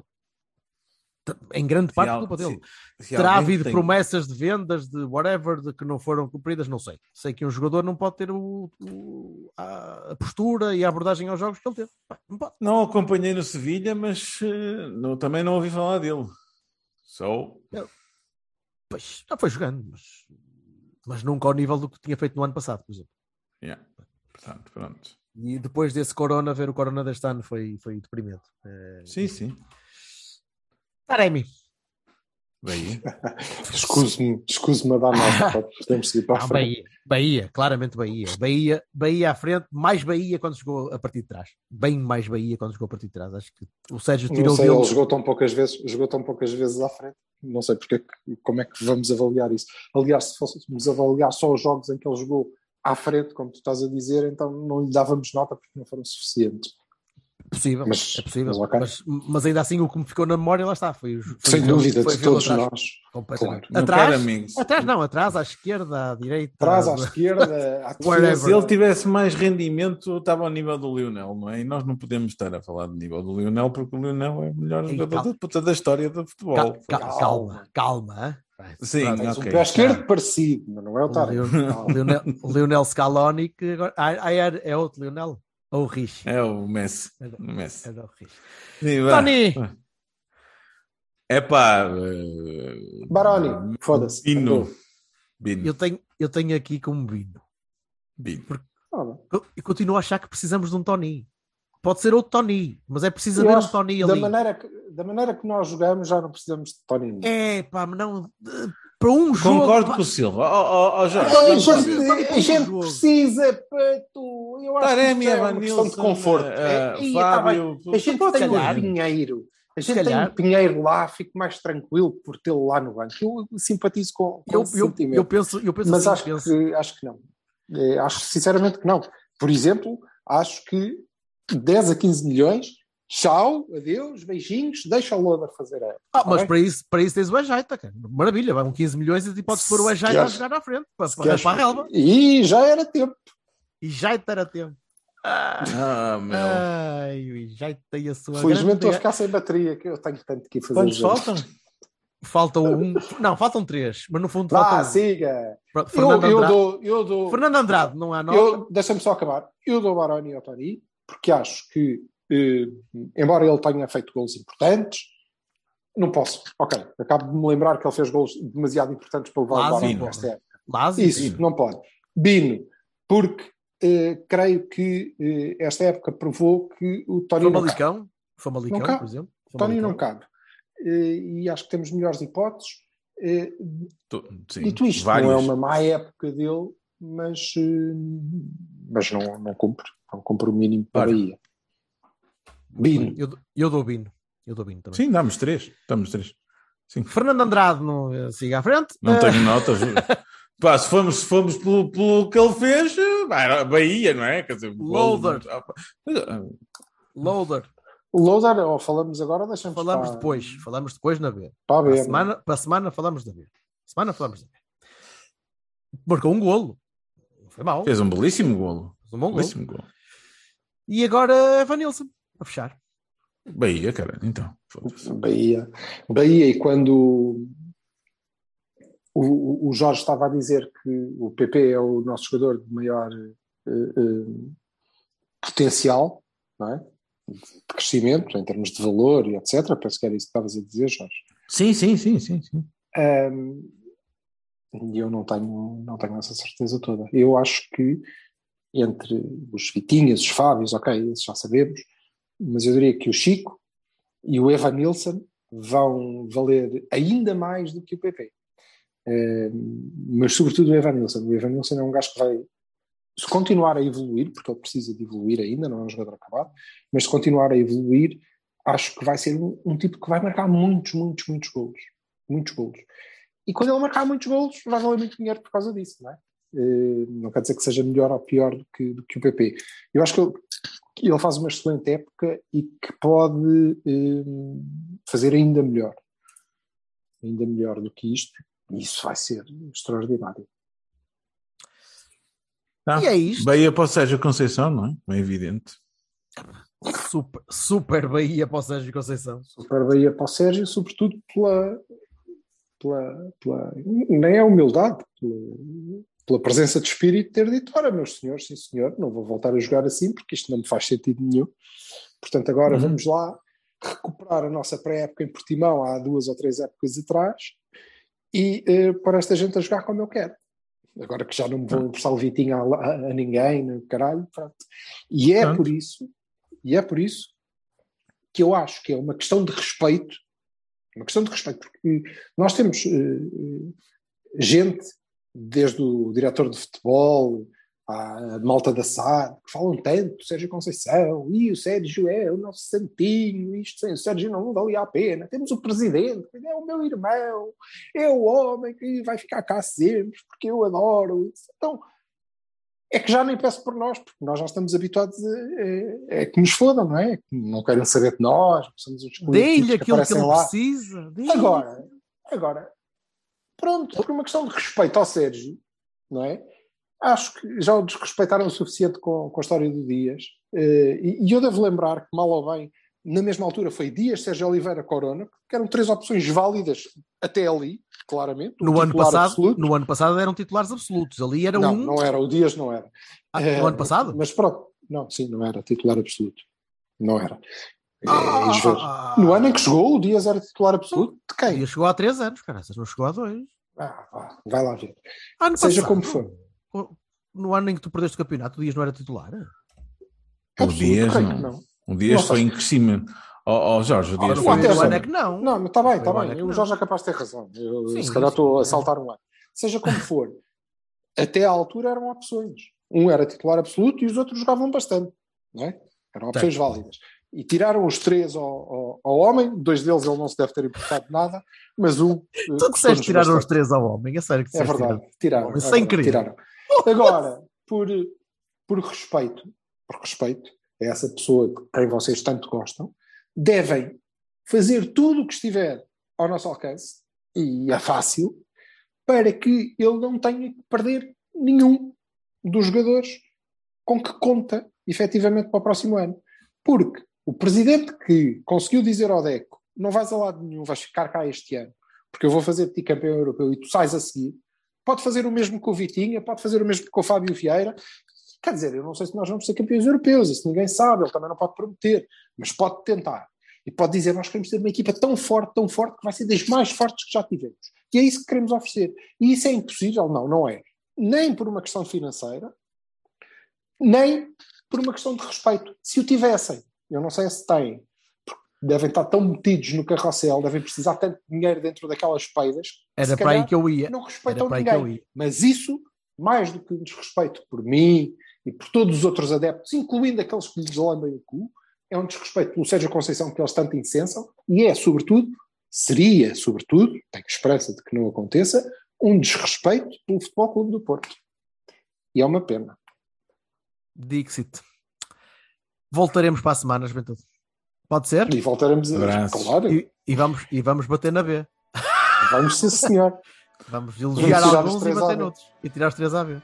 S8: T- Em grande parte
S2: al-
S8: por culpa dele.
S2: se
S8: Terá
S2: alguém
S8: havido
S2: tem-
S8: promessas de vendas, de whatever, de que não foram cumpridas, não sei. Sei que um jogador não pode ter o- o- a a postura e a abordagem aos jogos que ele teve. Pá, Não pode.
S2: Não acompanhei no Sevilha, mas eh, não- também não ouvi falar dele. Só
S8: Pois, já foi jogando, mas, mas nunca ao nível do que tinha feito no ano passado, por exemplo.
S2: Yeah. Portanto, pronto.
S8: E depois desse Corona, ver o Corona deste ano foi, foi deprimente. Eh,
S2: Sim, sim.
S8: Taremi.
S2: Daí.
S4: Escuso-me, escuso-me a dar nota. pá, Podemos seguir para a
S8: Não, Ah,
S4: frente.
S8: Bahia, Bahia, claramente Bahia. Bahia, Bahia à frente, mais Bahia quando chegou a partir de trás. Bem mais Bahia quando chegou a partir de trás. Acho que o Sérgio
S4: Não
S8: tirou
S4: sei, ele
S8: dele.
S4: jogou tão poucas vezes, jogou tão poucas vezes à frente. Não sei porque, é que- como é que vamos avaliar isso. Aliás, se fôssemos avaliar só os jogos em que ele jogou à frente, como tu estás a dizer, então não lhe dávamos nota porque não foram suficientes.
S8: É possível,
S4: Mas-
S8: é possível.
S4: mas
S8: Mas,
S4: ok.
S8: mas ainda assim, o que me ficou na memória, lá está. Foi, os- foi
S4: Sem
S8: os-
S4: dúvida,
S8: foi
S4: de
S8: vê-lo
S4: todos
S8: atrás,
S4: nós.
S8: completamente.
S2: Meu caro
S8: Atrás,
S2: amigo,
S8: atrás não, atrás, à esquerda, à direita.
S4: Atrás, à esquerda, à
S8: É
S4: defesa.
S2: se ele tivesse mais rendimento, estava ao nível do Lionel, não é? E nós não podemos estar a falar do nível do Lionel, porque o Lionel é o melhor
S8: E
S2: jogador
S8: calma.
S2: da puta da história do futebol.
S8: Cal- cal- calma, calma. hã?
S2: Sim,
S8: Pronto,
S2: ok.
S4: um Pé esquerdo parecido, mas não é o
S8: O
S4: Tarek.
S8: Leon- o Leonel, o Leonel Scaloni, que agora. Ah, ah, era- é outro Leonel? Ou o Rich?
S2: É o Messi. O Messi.
S8: Era o Rich.
S2: Sim, vá.
S8: É Tony!
S2: É pá. eh,
S4: Baroni, foda-se.
S2: Bino.
S4: Andou.
S2: Bino.
S8: Eu tenho, eu tenho aqui como Bino.
S2: Bino.
S4: Ah, bem.
S8: Eu, eu continuo a achar que precisamos de um Tony. Pode ser outro Tony, mas é preciso
S4: Eu
S8: haver um
S4: acho
S8: Tony
S4: da,
S8: ali.
S4: maneira que, da maneira que nós jogamos, já não precisamos de Tony. Mendes.
S8: É, pá, mas não. de- Para um jogo. Então,
S2: Concordo
S8: pá,
S2: com o Silva. Oh, Ó, ó, ó, Jorge,
S4: Ai,
S2: vamos lá
S4: gente,
S2: ver.
S4: a gente
S8: jogo.
S4: precisa, Pato. Eu acho
S2: Taremi,
S4: que isto é uma questão de
S2: Evanilson,
S4: conforto.
S2: eh,
S4: É, e, tá bem,
S2: Fábio.
S4: a gente
S8: Se
S4: tem
S8: calhar.
S4: um Pinheiro. A gente tem
S8: calhar.
S4: um Pinheiro lá, fico mais tranquilo por tê-lo lá no banco. Eu simpatizo com, com
S8: Eu,
S4: esse
S8: eu,
S4: sentimento.
S8: eu penso, eu penso
S4: mas
S8: assim,
S4: acho,
S8: penso-
S4: que, acho que não. Eh, acho sinceramente que não. Por exemplo, acho que 10 a 15 milhões, tchau, adeus, beijinhos, deixa o Loder fazer a.
S8: Ah,
S4: tá
S8: mas
S4: bem?
S8: para isso, para isso tens o Ajaita, cara. Maravilha, vão 15 milhões e podes pôr o
S4: Se
S8: Ajaita a
S4: queres-
S8: jogar à frente, para,
S4: Se
S8: para,
S4: queres-
S8: para a relva.
S4: E já era tempo.
S8: E Jaita era tempo. Ah,
S2: Ah, meu.
S8: ai, o Jaita e a sua.
S4: Felizmente estou a
S8: grande...
S4: ficar sem bateria, que eu tenho tanto que ir fazer.
S2: Quantos
S4: jogos.
S2: faltam?
S8: Faltam um. Não, faltam três, mas no fundo
S4: Vá,
S8: faltam. um.
S4: siga.
S8: Pronto,
S4: Eu,
S8: Fernando
S4: eu
S8: Andrade.
S4: dou, eu dou.
S8: Fernando Andrade, não há nota.
S4: Eu, deixa-me só acabar. Eu dou Baroni ao Tony, porque acho que, eh, embora ele tenha feito gols importantes, não posso. Ok, acabo de me lembrar que ele fez gols demasiado importantes para levar o
S8: Lazio,
S4: Baroni
S8: porra.
S4: nesta época.
S8: Lazio,
S4: Isso,
S8: sim.
S4: não pode. Bino, porque eh, creio que eh, esta época provou que o Tony não cabe.
S8: Famalicão, Famalicão,
S4: Não cabe.
S8: por exemplo.
S4: O Tony não
S8: Famalicão.
S4: cabe. Eh, e acho que temos melhores hipóteses. Eh,
S2: Tu- Sim,
S4: Dito isto,
S2: vários.
S4: não é uma má época dele, mas, eh, mas não, não cumpre. Não cumpre o mínimo para a
S2: Ora.
S4: Bahia. Bino.
S8: Eu, dou- eu dou Bino. Eu dou Bino também.
S2: Sim, damos três. Damos três. Sim.
S8: Fernando Andrade não eh, siga à frente.
S2: Não
S8: Eh,
S2: tenho nota, juro. Pá, se fomos, se fomos pelo, pelo que ele fez, eh, pá, era Bahia, não é? Quer dizer,
S8: Loader.
S2: Ah, pá. Mas, ah,
S8: Eh, Loader.
S4: O Loader, ou falamos agora, ou deixamos
S8: Falamos
S4: para,
S8: depois. Falamos depois na B.
S4: Para a
S8: Para a
S4: ver.
S8: semana, para a semana falamos da B. Semana falamos da B. Marcou um golo. Não Foi mal.
S2: Fez um belíssimo golo.
S8: um bom golo.
S2: Belíssimo golo.
S8: E agora Vanilson, a fechar.
S2: Bahia, cara, então. foda-se.
S4: Bahia. Bahia, e quando o- o, o Jorge estava a dizer que o PP é o nosso jogador de maior eh, eh, potencial, não é? De crescimento, em termos de valor e etc. Penso que era isso que estavas a dizer, Jorge.
S2: Sim, sim, sim, sim. sim.
S4: Ahm, E eu não tenho, não tenho essa certeza toda. Eu acho que entre os Vitinhas, os Fábios, ok, esses já sabemos, mas eu diria que o Chico e o Evan Nilsson vão valer ainda mais do que o PP. Ahm, mas sobretudo o Evan Nilsson. O Evan Nilsson é um gajo que vai, se continuar a evoluir, porque ele precisa de evoluir ainda, não é um jogador acabado, mas se continuar a evoluir, acho que vai ser um, um tipo que vai marcar muitos, muitos, muitos golos. Muitos golos. E quando ele marcar muitos golos, vai valer muito dinheiro por causa disso, não é? Eh, não quer dizer que seja melhor ou pior do que, do que o PP. Eu acho que ele, que ele faz uma excelente época e que pode eh, fazer ainda melhor. Ainda melhor do que isto. Isso vai ser extraordinário.
S2: Tá.
S8: E é isto.
S2: Bahia para o Sérgio Conceição, não é? Bem evidente.
S8: Super, super Bahia para o Sérgio Conceição.
S4: Super Bahia para o Sérgio, sobretudo pela, pela, pela- nem é humildade, pela, pela presença de espírito de ter dito, ora meus senhores, sim senhor, não vou voltar a jogar assim porque isto não me faz sentido nenhum. Portanto, agora
S2: Uhum.
S4: vamos lá recuperar a nossa pré-época em Portimão há duas ou três épocas atrás e eh, pôr esta gente a jogar como eu quero. Agora que já não me vou emprestar o Vitinho a, a, a ninguém, nem o caralho, pronto. E é
S2: Pronto.
S4: por isso, e é por isso que eu acho que é uma questão de respeito, uma questão de respeito, porque nós temos eh, eh, gente, desde o diretor de futebol, à malta da SAD, que falam tanto, Sérgio Conceição, e o Sérgio é o nosso santinho, isto sem o Sérgio não valia a pena. Temos o presidente, que é o meu irmão, é o homem que vai ficar cá sempre, porque eu adoro. isso. Então, é que já nem peço por nós, porque nós já estamos habituados a, a- a que nos fodam, não é? Que Não querem saber de nós, que somos os
S8: Dê-lhe
S4: políticos que
S8: aquilo que
S4: aparecem
S8: ele
S4: lá.
S8: precisa. dê-lhe.
S4: Agora, agora, pronto, por uma questão de respeito ao Sérgio, não é? Acho que já o desrespeitaram o suficiente com, com a história do Dias. Eh, e, e eu devo lembrar que, mal ou bem, na mesma altura foi Dias, Sérgio Oliveira, Corona, que eram três opções válidas até ali, claramente. Um
S8: No ano,
S4: titular
S8: passado,
S4: absoluto.
S8: no ano passado eram titulares absolutos. Ali era
S4: não,
S8: um.
S4: não era, o Dias não era.
S8: Ah,
S4: Eh,
S8: no ano passado?
S4: Mas pronto, não, sim, não era titular absoluto. Não era. Eh,
S8: Ah,
S4: eles veem. no ano em que chegou, o Dias era titular absoluto de quem?
S8: Ele chegou há 3 anos, caraças, não chegou há 2.
S4: Ah, vá, vai lá ver.
S8: Ano
S4: Seja
S8: passado,
S4: como for.
S8: No ano em que tu perdeste o campeonato, o Dias não era titular.
S2: O
S4: Absoluto,
S2: Dias
S4: creio que
S2: não.
S4: não.
S2: O Dias
S4: Não
S2: Um foi em crescimento. Ó, ó, Jorge, o
S8: Ora,
S2: Dias
S8: no
S2: foi em
S4: Ah, foi até
S8: primeiro
S4: agora.
S8: ano é
S2: crescimento.
S8: que não.
S4: Não, mas está bem, está
S8: Foi
S4: bem.
S8: bem,
S4: O
S8: não.
S4: Jorge é capaz de ter razão. Eu,
S8: Sim, é.
S4: se calhar estou
S8: sim.
S4: a saltar um ano. Seja como for, até à altura eram opções. Um era titular absoluto e os outros jogavam bastante. Não é? Eram opções válidas. E tiraram os três ao, ao- ao homem, dois deles ele não se deve ter importado de nada, mas um. eh,
S8: Tu disseste
S4: custou-nos
S8: tirar os
S4: bastante.
S8: três ao homem, é sério que
S4: É
S8: disseste
S4: verdade,
S8: tirar.
S4: tiraram.
S8: Mas
S4: é
S8: sem
S4: verdade,
S8: querer.
S4: tiraram. Agora, por, por respeito, por respeito a essa pessoa que quem vocês tanto gostam, devem fazer tudo o que estiver ao nosso alcance, e é fácil, para que ele não tenha que perder nenhum dos jogadores com que conta efetivamente para o próximo ano. Porque o presidente que conseguiu dizer ao DECO não vais a lado nenhum, vais ficar cá este ano, porque eu vou fazer de ti campeão europeu e tu sais a seguir, pode fazer o mesmo com o Vitinha, pode fazer o mesmo com o Fábio Vieira. Quer dizer, eu não sei se nós vamos ser campeões europeus, isso ninguém sabe, ele também não pode prometer, mas pode tentar. E pode dizer, nós queremos ter uma equipa tão forte, tão forte, que vai ser das mais fortes que já tivemos. E é isso que queremos oferecer. E isso é impossível? Não, não é. Nem por uma questão financeira, nem por uma questão de respeito. Se o tivessem, eu não sei se têm, porque devem estar tão metidos no carrossel, devem precisar tanto de dinheiro dentro daquelas peidas. que
S8: Era
S4: se
S8: para aí
S4: calhar
S8: que eu ia.
S4: não
S8: É, Era
S4: respeitam
S8: para aí que eu
S4: ninguém.
S8: ia.
S4: Mas isso, mais do que um desrespeito por mim e por todos os outros adeptos, incluindo aqueles que lhes lambem o cu, é um desrespeito pelo Sérgio Conceição que eles tanto incensam e é, sobretudo, seria, sobretudo, tenho esperança de que não aconteça, um desrespeito pelo Futebol Clube do Porto. E é uma pena.
S8: Dixit. Voltaremos para a semana, juventude. Pode ser?
S4: E voltaremos a
S2: Abraços.
S4: claro,
S8: E, e vamos, e vamos bater na B.
S4: vamos sim senhor.
S8: Vamos
S4: tirar
S8: elogiar
S4: os
S8: alguns e
S4: três à
S8: bater
S4: B.
S8: noutros. E tirar os três à B.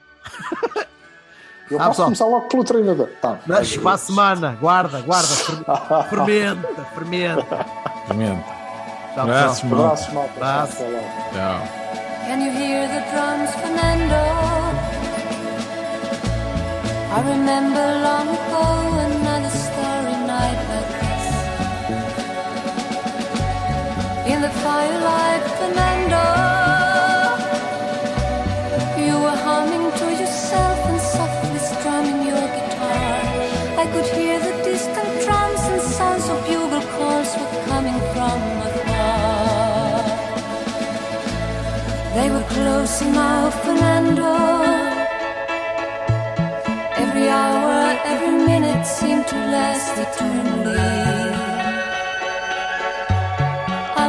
S4: Eu
S8: Ah,
S4: posso
S8: pessoal.
S4: começar logo pelo treinador. Tá,
S8: Mas para a semana, guarda, guarda. fer- Fermenta, fermenta.
S2: Experimenta.
S8: Tchau,
S2: Abraços,
S8: pessoal.
S2: malta.
S4: Abraços, malta.
S8: Abraço.
S4: Até logo.
S2: Tchau.
S9: Can you hear the drums, Fernando? I remember long ago another starry night like this. In the firelight, Fernando, you were humming to yourself and softly strumming your guitar. I could hear the distant drums and sounds of bugle calls were coming from afar. They were closing out Fernando. Every hour, every minute seemed to last eternally. I